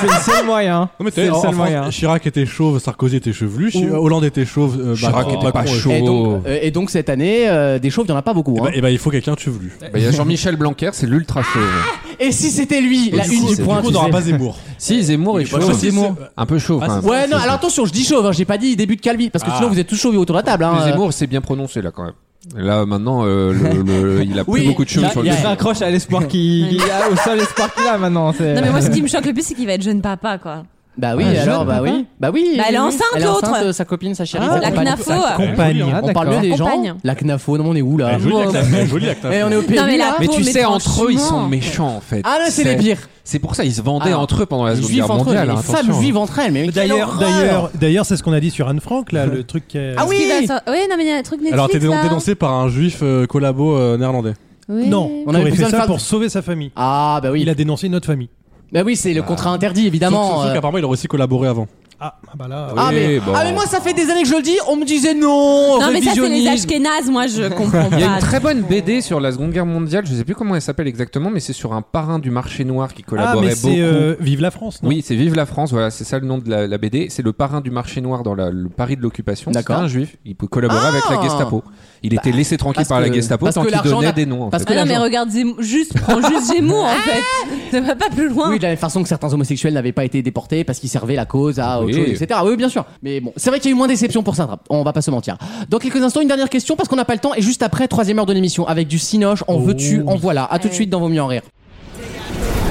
Speaker 6: c'est le seul moyen.
Speaker 4: Non, mais t'as
Speaker 6: c'est
Speaker 4: vu,
Speaker 6: le
Speaker 4: en- en
Speaker 6: seul
Speaker 4: France,
Speaker 6: moyen.
Speaker 4: Chirac était chauve, Sarkozy était chevelu, Chi-
Speaker 2: Ouh.
Speaker 4: Hollande était chauve, euh,
Speaker 3: Chirac
Speaker 4: Macron,
Speaker 3: était pas
Speaker 4: Macron, euh,
Speaker 3: chauve.
Speaker 2: et
Speaker 3: Oh.
Speaker 2: donc, euh, et donc, cette année, euh, des chauves, il n'y en a pas beaucoup.
Speaker 4: eh
Speaker 2: hein.
Speaker 4: ben- eh ben, il faut quelqu'un de chevelu.
Speaker 3: Bah, Il y a Jean-Michel Blanquer, c'est l'ultra chauve.
Speaker 2: Et si c'était lui, la
Speaker 3: du
Speaker 2: une
Speaker 3: coup,
Speaker 2: du
Speaker 3: c'est-
Speaker 2: point
Speaker 4: Du coup, on
Speaker 2: tu
Speaker 4: n'aura
Speaker 2: sais.
Speaker 4: pas Zemmour.
Speaker 3: Si, Zemmour est
Speaker 4: chauve.
Speaker 3: chauve.
Speaker 4: Zemmour.
Speaker 3: Un peu chauve.
Speaker 4: Ah,
Speaker 3: hein.
Speaker 4: c'est-
Speaker 2: Ouais, non, alors attention, je dis chauve, hein, j'ai pas dit début de Calvi, parce que sinon vous êtes tous chauves autour de la table. Hein,
Speaker 3: Mais Zemmour, c'est bien prononcé là quand même. Là maintenant, euh, le- le- il a plus
Speaker 2: Oui,
Speaker 3: beaucoup de cheveux
Speaker 6: Là,
Speaker 3: sur
Speaker 6: il
Speaker 3: lui.
Speaker 6: raccroche à l'espoir qui, qui- à- au seul espoir qu'il a maintenant. c'est- euh,
Speaker 5: Non, mais moi,
Speaker 2: euh,
Speaker 5: ce qui me choque le plus, c'est qu'il va être jeune papa, quoi.
Speaker 2: Bah oui,
Speaker 6: Ah, jeune,
Speaker 2: alors, bah
Speaker 6: papa.
Speaker 2: oui. Bah oui.
Speaker 5: Bah, elle est
Speaker 2: oui, oui.
Speaker 5: enceinte,
Speaker 2: Elle est
Speaker 5: l'autre.
Speaker 2: enceinte, euh, sa copine, sa chérie.
Speaker 6: Ah,
Speaker 2: sa
Speaker 5: La
Speaker 2: compagne.
Speaker 5: CNAFO. euh,
Speaker 6: Compagne.
Speaker 2: On
Speaker 6: Ah,
Speaker 2: parle mieux
Speaker 6: d'accord.
Speaker 2: des gens.
Speaker 5: Compagne.
Speaker 2: La CNAFO, non, mais on est où là
Speaker 4: Ah, Joli
Speaker 2: Oh.
Speaker 4: acteur. Joli acteur.
Speaker 2: Eh, on est au
Speaker 5: Non, mais
Speaker 2: PMU là
Speaker 5: là-
Speaker 3: Mais tu
Speaker 5: mais
Speaker 3: sais, entre eux, ils sont
Speaker 5: franchement.
Speaker 3: méchants en fait.
Speaker 2: Ah là, c'est les pires.
Speaker 3: C'est pour ça, ils se vendaient
Speaker 2: Ah.
Speaker 3: entre eux pendant la
Speaker 2: Les
Speaker 3: Seconde
Speaker 2: juifs
Speaker 3: Guerre
Speaker 2: entre eux,
Speaker 3: mondiale. hein,
Speaker 2: les femmes
Speaker 3: attention.
Speaker 2: juifs entre elles. Mais quelle
Speaker 7: D'ailleurs,
Speaker 2: horreur.
Speaker 7: d'ailleurs, d'ailleurs, c'est ce qu'on a dit sur Anne Frank, là, le truc qui est-
Speaker 2: Ah oui.
Speaker 5: Qui va sor- Ouais, non, mais il y a un truc Netflix.
Speaker 4: Alors, t'es
Speaker 5: là.
Speaker 4: dénon- dénoncé par un juif euh, collabo euh, néerlandais.
Speaker 5: Oui.
Speaker 7: Non,
Speaker 2: On
Speaker 7: on
Speaker 2: avait
Speaker 7: aurait
Speaker 2: besoin
Speaker 7: fait
Speaker 2: de
Speaker 7: ça
Speaker 2: faire-
Speaker 7: pour sauver sa famille.
Speaker 2: Ah, bah oui.
Speaker 7: Il a dénoncé notre famille.
Speaker 2: Bah oui, c'est le contrat interdit, évidemment.
Speaker 4: Sauf- sauf
Speaker 2: euh.
Speaker 4: qu'apparemment, il aurait aussi collaboré avant.
Speaker 7: Ah, bah là.
Speaker 2: Ah,
Speaker 3: Oui,
Speaker 2: mais,
Speaker 3: bon.
Speaker 2: ah, mais moi, ça fait des années que je le dis, on me disait non,
Speaker 5: Non, mais ça, c'est les
Speaker 2: révisionnisme.
Speaker 5: Ashkénazes, moi, je comprends
Speaker 3: Il y a
Speaker 5: pas.
Speaker 3: une très bonne BD sur la Seconde Guerre mondiale, je sais plus comment elle s'appelle exactement, mais c'est sur un parrain du marché noir qui
Speaker 7: Ah,
Speaker 3: collaborait
Speaker 7: mais
Speaker 3: beaucoup.
Speaker 7: c'est euh, Vive la France, non
Speaker 3: Oui, c'est Vive la France, voilà, c'est ça le nom de la, la BD. C'est le parrain du marché noir dans la- le Paris de l'occupation. C'était
Speaker 2: D'accord.
Speaker 3: un juif. Il peut collaborer
Speaker 2: Ah Bah,
Speaker 3: avec la Gestapo. Il était laissé tranquille
Speaker 2: parce
Speaker 3: par la
Speaker 2: que-
Speaker 3: Gestapo
Speaker 2: parce
Speaker 3: tant
Speaker 2: que
Speaker 3: qu'il
Speaker 2: l'argent
Speaker 3: donnait
Speaker 2: n'a-
Speaker 3: des noms. en
Speaker 2: parce
Speaker 3: fait.
Speaker 2: que
Speaker 5: Ah non, mais
Speaker 2: l'argent-
Speaker 5: regarde, Zemmour- juste, prends juste Zemmour, en fait. Ça va pas plus loin.
Speaker 2: Oui, de la même façon que certains homosexuels n'avaient pas été déportés parce qu'ils servaient la cause à autre
Speaker 3: Oui.
Speaker 2: chose, etc. Oui, bien sûr. Mais bon, c'est vrai qu'il y a eu moins d'exceptions pour ça, on va pas se mentir. Dans quelques instants, une dernière question parce qu'on n'a pas le temps et juste après, troisième heure de l'émission avec du Cinoche, en veux-tu,
Speaker 3: Oh.
Speaker 2: en voilà. À tout de suite dans Vos mieux en rire.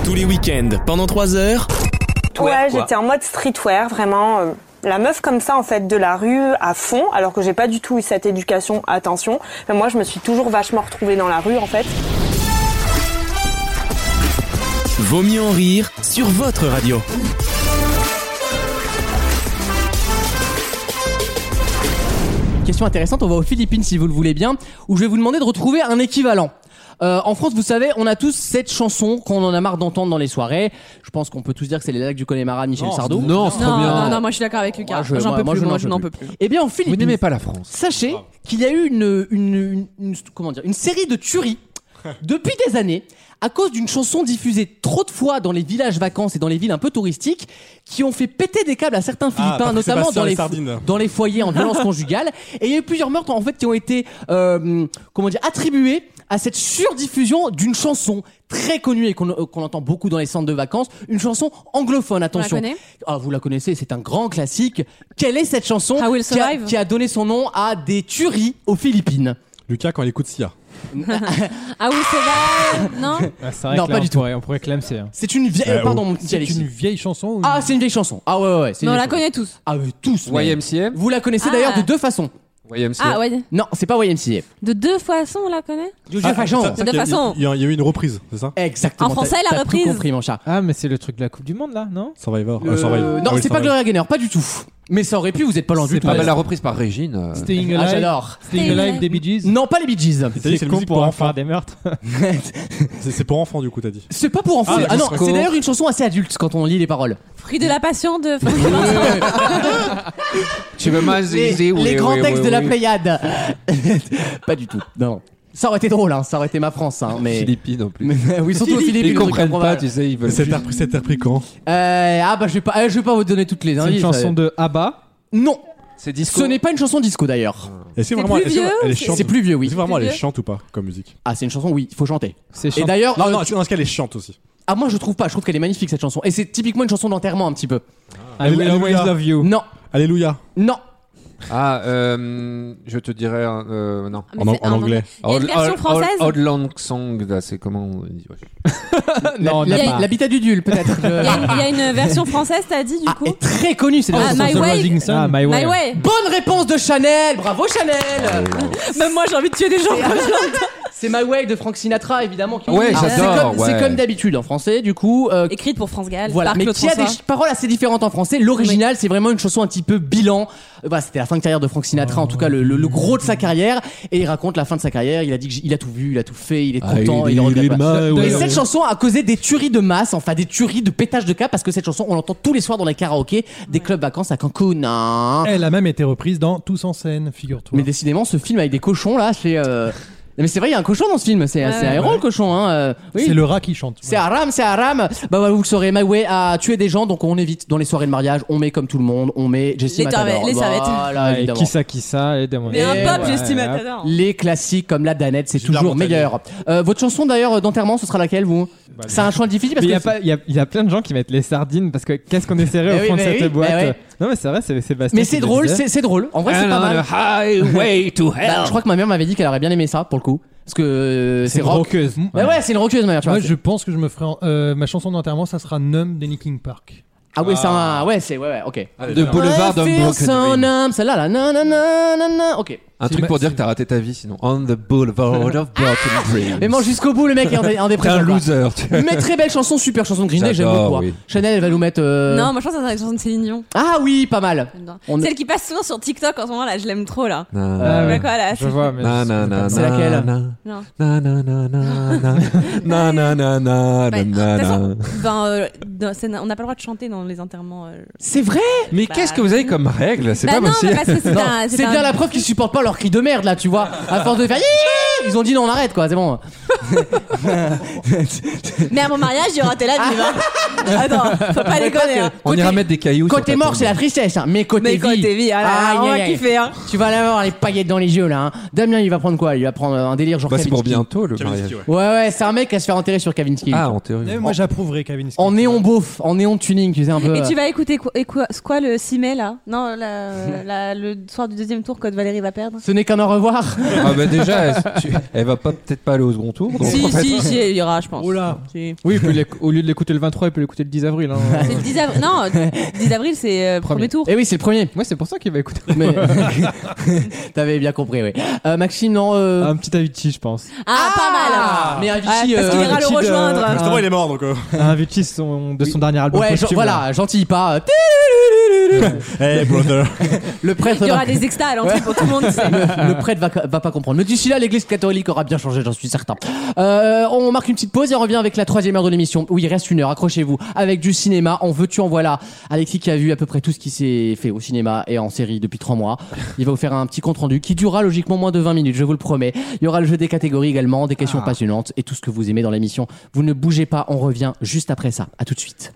Speaker 1: Tous les week-ends, pendant 3 heures.
Speaker 12: Ouais, j'étais en mode streetwear, vraiment. euh, La meuf comme ça, en fait, de la rue à fond, alors que j'ai pas du tout eu cette éducation, attention. Mais moi, je me suis toujours vachement retrouvée dans la rue, en fait.
Speaker 1: Vaut mieux en rire sur votre radio.
Speaker 2: Question intéressante, on va aux Philippines si vous le voulez bien, où je vais vous demander de retrouver un équivalent. Euh, en France, vous savez, on a tous cette chanson qu'on en a marre d'entendre dans les soirées. Je pense qu'on peut tous dire que c'est les lacs du Connemara de Michel Sardou.
Speaker 3: Non, c'est trop
Speaker 5: Non,
Speaker 3: bien.
Speaker 5: non, non, moi, je suis d'accord avec Lucas.
Speaker 2: Moi, je-
Speaker 5: J'en
Speaker 2: moi-
Speaker 5: peux
Speaker 2: moi,
Speaker 5: plus,
Speaker 2: je
Speaker 5: moi,
Speaker 2: n'en
Speaker 5: je
Speaker 2: peux
Speaker 5: n'en
Speaker 2: plus.
Speaker 5: peux plus.
Speaker 2: Eh bien, en
Speaker 3: Vous
Speaker 2: Philippines,
Speaker 3: n'aimez pas la France.
Speaker 2: Sachez qu'il y a eu une, une, une- une- comment dire, une série de tueries depuis des années à cause d'une chanson diffusée trop de fois dans les villages vacances et dans les villes un peu touristiques qui ont fait péter des câbles à certains Philippins,
Speaker 4: Patrick
Speaker 2: notamment
Speaker 4: Ah, Sébastien
Speaker 2: dans
Speaker 4: et
Speaker 2: les,
Speaker 4: Sardine.
Speaker 2: dans les foyers en violence conjugale. Et il y a eu plusieurs meurtres en fait qui ont été euh, comment dire, attribués à cette surdiffusion d'une chanson très connue et qu'on euh, qu'on entend beaucoup dans les centres de vacances, une chanson anglophone, attention.
Speaker 5: connaît
Speaker 2: ah, vous la connaissez, c'est un grand classique. Quelle est cette chanson
Speaker 5: How Will
Speaker 2: qui a,
Speaker 5: Survive
Speaker 2: qui a donné son nom à des tueries aux Philippines.
Speaker 4: Lucas, quand il écoute Sia.
Speaker 5: Ah oui, c'est vrai. Non
Speaker 6: Ah, c'est vrai
Speaker 2: Non,
Speaker 6: que là,
Speaker 2: pas du
Speaker 6: on
Speaker 2: tout.
Speaker 6: pourrait- on pourrait clamser. hein.
Speaker 2: C'est une vieille. euh, pardon, mon petit
Speaker 7: C'est
Speaker 2: Alexis.
Speaker 7: une vieille chanson. ou-
Speaker 2: Ah, c'est une vieille chanson. Ah ouais, ouais, ouais. c'est
Speaker 5: Mais
Speaker 2: une
Speaker 5: on la
Speaker 2: vieille
Speaker 5: connaît tous.
Speaker 2: chanson. Ah, euh, tous. mais-
Speaker 3: YMCA
Speaker 2: Vous la connaissez
Speaker 5: Ah.
Speaker 2: d'ailleurs de deux façons.
Speaker 3: YMCA
Speaker 5: Ah ouais.
Speaker 2: Non, c'est pas YMCA.
Speaker 5: De deux façons, on la connaît
Speaker 2: Yo-yo
Speaker 4: Ah,
Speaker 2: Fajan.
Speaker 4: ça- ça,
Speaker 5: De
Speaker 4: il y a-
Speaker 5: façon.
Speaker 4: Il y a il y a eu une reprise, c'est ça
Speaker 2: Exactement.
Speaker 5: En français,
Speaker 2: t'as-
Speaker 5: la
Speaker 2: t'as tout
Speaker 5: reprise.
Speaker 2: compris, mon chat.
Speaker 6: Ah, mais c'est le truc de la Coupe du Monde, là, non
Speaker 4: Survivor. Ah,
Speaker 2: Euh,
Speaker 4: Survivor.
Speaker 2: non,
Speaker 4: Ah oui,
Speaker 2: c'est pas
Speaker 4: Survivor.
Speaker 2: Gloria Gaynor, pas du tout. Mais ça aurait pu, vous êtes pas loin du
Speaker 6: C'est
Speaker 2: tout.
Speaker 3: Ah bah
Speaker 6: Ouais.
Speaker 3: la reprise par Régine. euh,
Speaker 6: Staying
Speaker 2: Ah,
Speaker 6: Alive.
Speaker 2: j'adore. Mm.
Speaker 6: Staying Alive des Bee Gees.
Speaker 2: Non, pas les Bee Gees.
Speaker 4: T'as dit, c'est
Speaker 6: con
Speaker 4: musique
Speaker 6: pour
Speaker 4: pour
Speaker 6: en
Speaker 4: enfants.
Speaker 6: faire des meurtres.
Speaker 4: C'est c'est pour enfants, du coup, t'as dit.
Speaker 2: C'est pas pour enfants.
Speaker 3: Ah,
Speaker 2: Ah, non,
Speaker 3: Disco.
Speaker 2: c'est d'ailleurs une chanson assez adulte quand on lit les paroles.
Speaker 5: Fruit de la passion de Fruit
Speaker 3: Tu veux
Speaker 2: Les, les grands textes de la Pléiade. pas du tout. Non. Ça aurait été drôle, hein, ça aurait été ma France. Hein, mais...
Speaker 3: Philippines en plus.
Speaker 2: Mais- oui, surtout aux Philippines.
Speaker 3: Ils
Speaker 2: le truc
Speaker 3: comprennent pas,
Speaker 2: improbable.
Speaker 3: tu sais, ils veulent.
Speaker 4: C'est repris, c'est repris quand
Speaker 2: Euh, ah bah je vais pas, euh, je vais pas vous donner toutes les
Speaker 6: C'est
Speaker 2: indices.
Speaker 6: une chanson
Speaker 2: euh.
Speaker 6: de ABBA.
Speaker 2: Non.
Speaker 3: C'est
Speaker 2: Ce n'est pas une chanson disco d'ailleurs.
Speaker 4: Est-ce que vraiment, est-ce que elle est chante
Speaker 2: C'est plus vieux, oui.
Speaker 4: Est-ce que vraiment elle est chante ou pas comme musique Ah,
Speaker 2: Ah, c'est une chanson, oui, il faut chanter. Et
Speaker 4: chante-
Speaker 2: d'ailleurs,
Speaker 4: non,
Speaker 2: euh,
Speaker 4: non, dans ce cas, elle est chante aussi.
Speaker 2: ah moi je trouve pas, je trouve qu'elle est magnifique cette chanson. Et c'est typiquement une chanson d'enterrement un petit peu.
Speaker 6: I will always love you.
Speaker 2: Non.
Speaker 4: Alléluia.
Speaker 2: Non.
Speaker 3: Ah, euh, je te dirais un- euh, non.
Speaker 2: Ah, mais En- c'est en un anglais. anglais. Il y a une
Speaker 3: Old-
Speaker 2: version
Speaker 3: old-
Speaker 2: française
Speaker 3: Old Long Song, là, c'est comment on dit ouais.
Speaker 2: non,
Speaker 3: on l'a pas.
Speaker 2: l'habitat du dul peut-être. Euh, ah,
Speaker 5: Il y, a une- il y a une version française, t'as dit du coup
Speaker 2: Très connue cette
Speaker 5: Ah,
Speaker 2: chanson.
Speaker 5: My Way. Ah, My Way. My Way.
Speaker 2: Bonne réponse de Chanel, bravo Chanel.
Speaker 5: Même moi j'ai envie de tuer des gens. quand je l'entends.
Speaker 2: C'est My Way de Frank Sinatra évidemment. qui-
Speaker 3: Ouais,
Speaker 2: Ah, c'est
Speaker 3: j'adore,
Speaker 2: comme- C'est
Speaker 3: ouais.
Speaker 2: comme d'habitude en français du coup. euh,
Speaker 5: Écrite pour France Gall.
Speaker 2: Voilà,
Speaker 5: par
Speaker 2: mais
Speaker 5: Claude
Speaker 2: qui a des
Speaker 5: François.
Speaker 2: ch- paroles assez différentes en français. L'original, c'est vraiment une chanson un petit peu bilan. Euh, Voilà, c'était la fin de carrière de Frank Sinatra, en tout cas le, le- le gros de sa carrière. Et il raconte la fin de sa carrière. Il a dit qu'il a tout vu, il a tout fait, il est
Speaker 4: Ah,
Speaker 2: content,
Speaker 4: il
Speaker 2: il,
Speaker 4: est-
Speaker 2: en
Speaker 4: il est
Speaker 2: regrette
Speaker 4: le
Speaker 2: pas.
Speaker 4: mal,
Speaker 2: Et
Speaker 4: ouais.
Speaker 2: cette chanson a causé des tueries de masse, enfin des tueries de pétage de cas, parce que cette chanson, on l'entend tous les soirs dans les karaokés des clubs vacances à Cancun. hein.
Speaker 7: Elle a même été reprise dans Tous en scène, figure-toi.
Speaker 2: Mais décidément, ce film avec des cochons là, c'est. euh, Non, mais c'est vrai, il y a un cochon dans ce film. C'est c'est un
Speaker 7: ouais.
Speaker 2: héros le cochon. Hein. euh, oui.
Speaker 7: C'est le rat qui chante.
Speaker 2: C'est haram, c'est haram. Bah, bah, vous le saurez, Maoué a tué des gens, donc on évite dans les soirées de mariage, on met comme tout le monde, on met Jessie
Speaker 5: Les
Speaker 2: Matador.
Speaker 5: servettes, les servettes.
Speaker 2: Voilà,
Speaker 6: Ouais,
Speaker 2: évidemment.
Speaker 6: qui ça, qui ça, et Damon.
Speaker 5: Mais un
Speaker 2: Et
Speaker 5: pop,
Speaker 2: Eh ouais,
Speaker 5: j'estime
Speaker 2: hop.
Speaker 5: Matador.
Speaker 2: Les classiques comme la danette, c'est toujours meilleur. Euh, votre chanson d'ailleurs d'enterrement, ce sera laquelle vous C'est un choix difficile parce
Speaker 6: Bah, Mais il y, a
Speaker 2: que.
Speaker 6: pas- y a- y a plein de gens qui mettent les sardines parce que qu'est-ce qu'on est serré
Speaker 2: Eh
Speaker 6: au
Speaker 2: oui,
Speaker 6: fond de
Speaker 2: mais
Speaker 6: cette
Speaker 2: oui,
Speaker 6: boîte.
Speaker 2: mais ouais.
Speaker 6: Non mais c'est vrai, c'est c'est Bastien.
Speaker 2: Mais
Speaker 6: qui
Speaker 2: c'est
Speaker 6: le
Speaker 2: drôle,
Speaker 6: disait.
Speaker 2: c'est c'est drôle. En vrai, c'est
Speaker 6: And
Speaker 2: pas
Speaker 6: on
Speaker 2: mal.
Speaker 6: a highway to hell.
Speaker 2: Bah, je crois que ma mère m'avait dit qu'elle aurait bien aimé ça pour le coup. Parce que euh, c'est
Speaker 7: une
Speaker 2: rock.
Speaker 7: rockeuse.
Speaker 2: Bah ouais, c'est une rockeuse, ma mère. tu
Speaker 7: Moi,
Speaker 2: vois.
Speaker 7: je pense que je me ferai. en- euh, ma chanson d'enterrement, ça sera Numb des Linkin Park.
Speaker 2: Ah ouais, c'est un. Ouais, c'est. Ouais, ouais, ok.
Speaker 3: De Boulevard of
Speaker 2: Feel
Speaker 3: Broken
Speaker 2: so
Speaker 3: Dreams.
Speaker 2: numb, Celle-là, là. na, na, na, na, na. Ok.
Speaker 3: Un truc pour dire que t'as raté ta vie, sinon. On the Boulevard of Broken Dreams.
Speaker 2: Ah Mais mange jusqu'au bout, le mec est en, en
Speaker 3: T'es
Speaker 2: dépression.
Speaker 3: un
Speaker 2: quoi.
Speaker 3: loser. tu-
Speaker 2: Mais très belle chanson, super chanson de Green Day, j'aime
Speaker 3: J'adore,
Speaker 2: beaucoup. hein.
Speaker 3: oui.
Speaker 2: Chanel, elle va nous mettre. euh,
Speaker 5: Non, moi je pense que c'est la chanson de Céline Dion.
Speaker 2: Ah oui, pas mal. On-
Speaker 5: Celle qui passe souvent sur TikTok en ce moment là, je l'aime trop là.
Speaker 3: Na,
Speaker 2: Ah,
Speaker 5: Je sais
Speaker 3: na,
Speaker 5: pas quoi, là,
Speaker 6: Ah Je vois, mais
Speaker 3: na, na, na,
Speaker 2: C'est
Speaker 3: na,
Speaker 2: laquelle
Speaker 3: na,
Speaker 5: Non.
Speaker 3: na, na, na, na, na, na, na, na, na, na,
Speaker 5: Bah, de toute façon,
Speaker 3: na.
Speaker 5: ben, euh, dans- c'est- on n'a pas le droit de chanter dans les enterrements. euh.
Speaker 2: C'est vrai
Speaker 3: Mais qu'est-ce que vous avez comme règle C'est
Speaker 5: Bah
Speaker 3: pas
Speaker 5: non,
Speaker 3: possible.
Speaker 5: mais parce que c'est
Speaker 2: bah, Non,
Speaker 5: un-
Speaker 2: C'est bien
Speaker 5: un-
Speaker 2: la preuve qu'ils supportent pas leur cri de merde là, tu vois. À force de faire. Ils ont dit non, on arrête quoi, c'est bon.
Speaker 5: Mais à mon mariage, il y aura tes là, Attends, faut pas déconner. hein.
Speaker 3: On ira mettre des cailloux.
Speaker 2: Quand
Speaker 3: sur ta
Speaker 2: t'es mort,
Speaker 3: tombe. Bah,
Speaker 2: c'est la tristesse, hein. mais côté
Speaker 5: Mais
Speaker 2: vie.
Speaker 5: côté vie, ah là là, on va
Speaker 2: aïe, aïe.
Speaker 5: kiffer, hein.
Speaker 2: Tu vas l'avoir les paillettes dans les yeux là. hein. Damien, il va prendre quoi Il va prendre euh, un délire genre
Speaker 3: Bah, c'est pour
Speaker 2: Kavinsky.
Speaker 3: bientôt le mariage.
Speaker 2: Ouais, ouais, c'est un mec à se faire enterrer sur Kavinsky.
Speaker 3: Ah, en théorie.
Speaker 7: Eh, moi, j'approuverai Kavinsky.
Speaker 2: En néon beauf, en néon tuning, tu sais un peu.
Speaker 5: Et tu
Speaker 2: euh,
Speaker 5: vas écouter quoi, et quoi- quoi, le 6 mai là Non, la- la- le soir du deuxième tour, Code Valérie va perdre.
Speaker 2: Ce n'est qu'un au revoir.
Speaker 3: Ah bah déjà, elle, tu- elle va pas peut-être pas aller au second tour. donc, en
Speaker 5: Si,
Speaker 3: fait-
Speaker 5: si, si, il y aura, je pense.
Speaker 7: Oula.
Speaker 5: Si.
Speaker 6: Oui, il peut l'éc- au lieu de l'écouter le 23, il peut l'écouter le 10 avril. hein.
Speaker 5: C'est le 10 avril. Non, le 10 avril, c'est euh, premier tour.
Speaker 2: Et Eh oui, c'est le premier.
Speaker 6: Ouais, c'est pour ça qu'il va écouter.
Speaker 2: Mais... T'avais bien compris, oui. Euh, Maxime, non. euh,
Speaker 6: Un petit Avicii, je pense.
Speaker 5: Ah, pas mal hein.
Speaker 2: Mais Avicii.
Speaker 5: Ouais, parce qu'il
Speaker 2: euh,
Speaker 5: ira le
Speaker 6: Avicii de-
Speaker 5: rejoindre.
Speaker 6: Ah.
Speaker 4: Justement, il est mort donc. euh.
Speaker 6: Un Avicii son- de son dernier album.
Speaker 2: Ouais, gen-
Speaker 6: posthume, là.
Speaker 2: voilà, gentil pas. euh,
Speaker 4: Hey brother.
Speaker 2: Le prêtre.
Speaker 5: Il y
Speaker 2: va-
Speaker 5: aura des extas à l'entrée pour tout le monde. tu sais.
Speaker 2: le, le prêtre va, va pas comprendre. Mais d'ici là, l'église catholique aura bien changé, j'en suis certain. Euh, on marque une petite pause et on revient avec la troisième heure de l'émission. Oui, il reste une heure, accrochez-vous. Avec du cinéma, en veux-tu, en voilà. Alexis qui a vu à peu près tout ce qui s'est fait au cinéma et en série depuis trois mois. Il va vous faire un petit compte-rendu qui durera logiquement moins de 20 minutes, je vous le promets. Il y aura le jeu des catégories également, des questions passionnantes et tout ce que vous aimez dans l'émission. Vous ne bougez pas, on revient juste après ça. À tout de suite.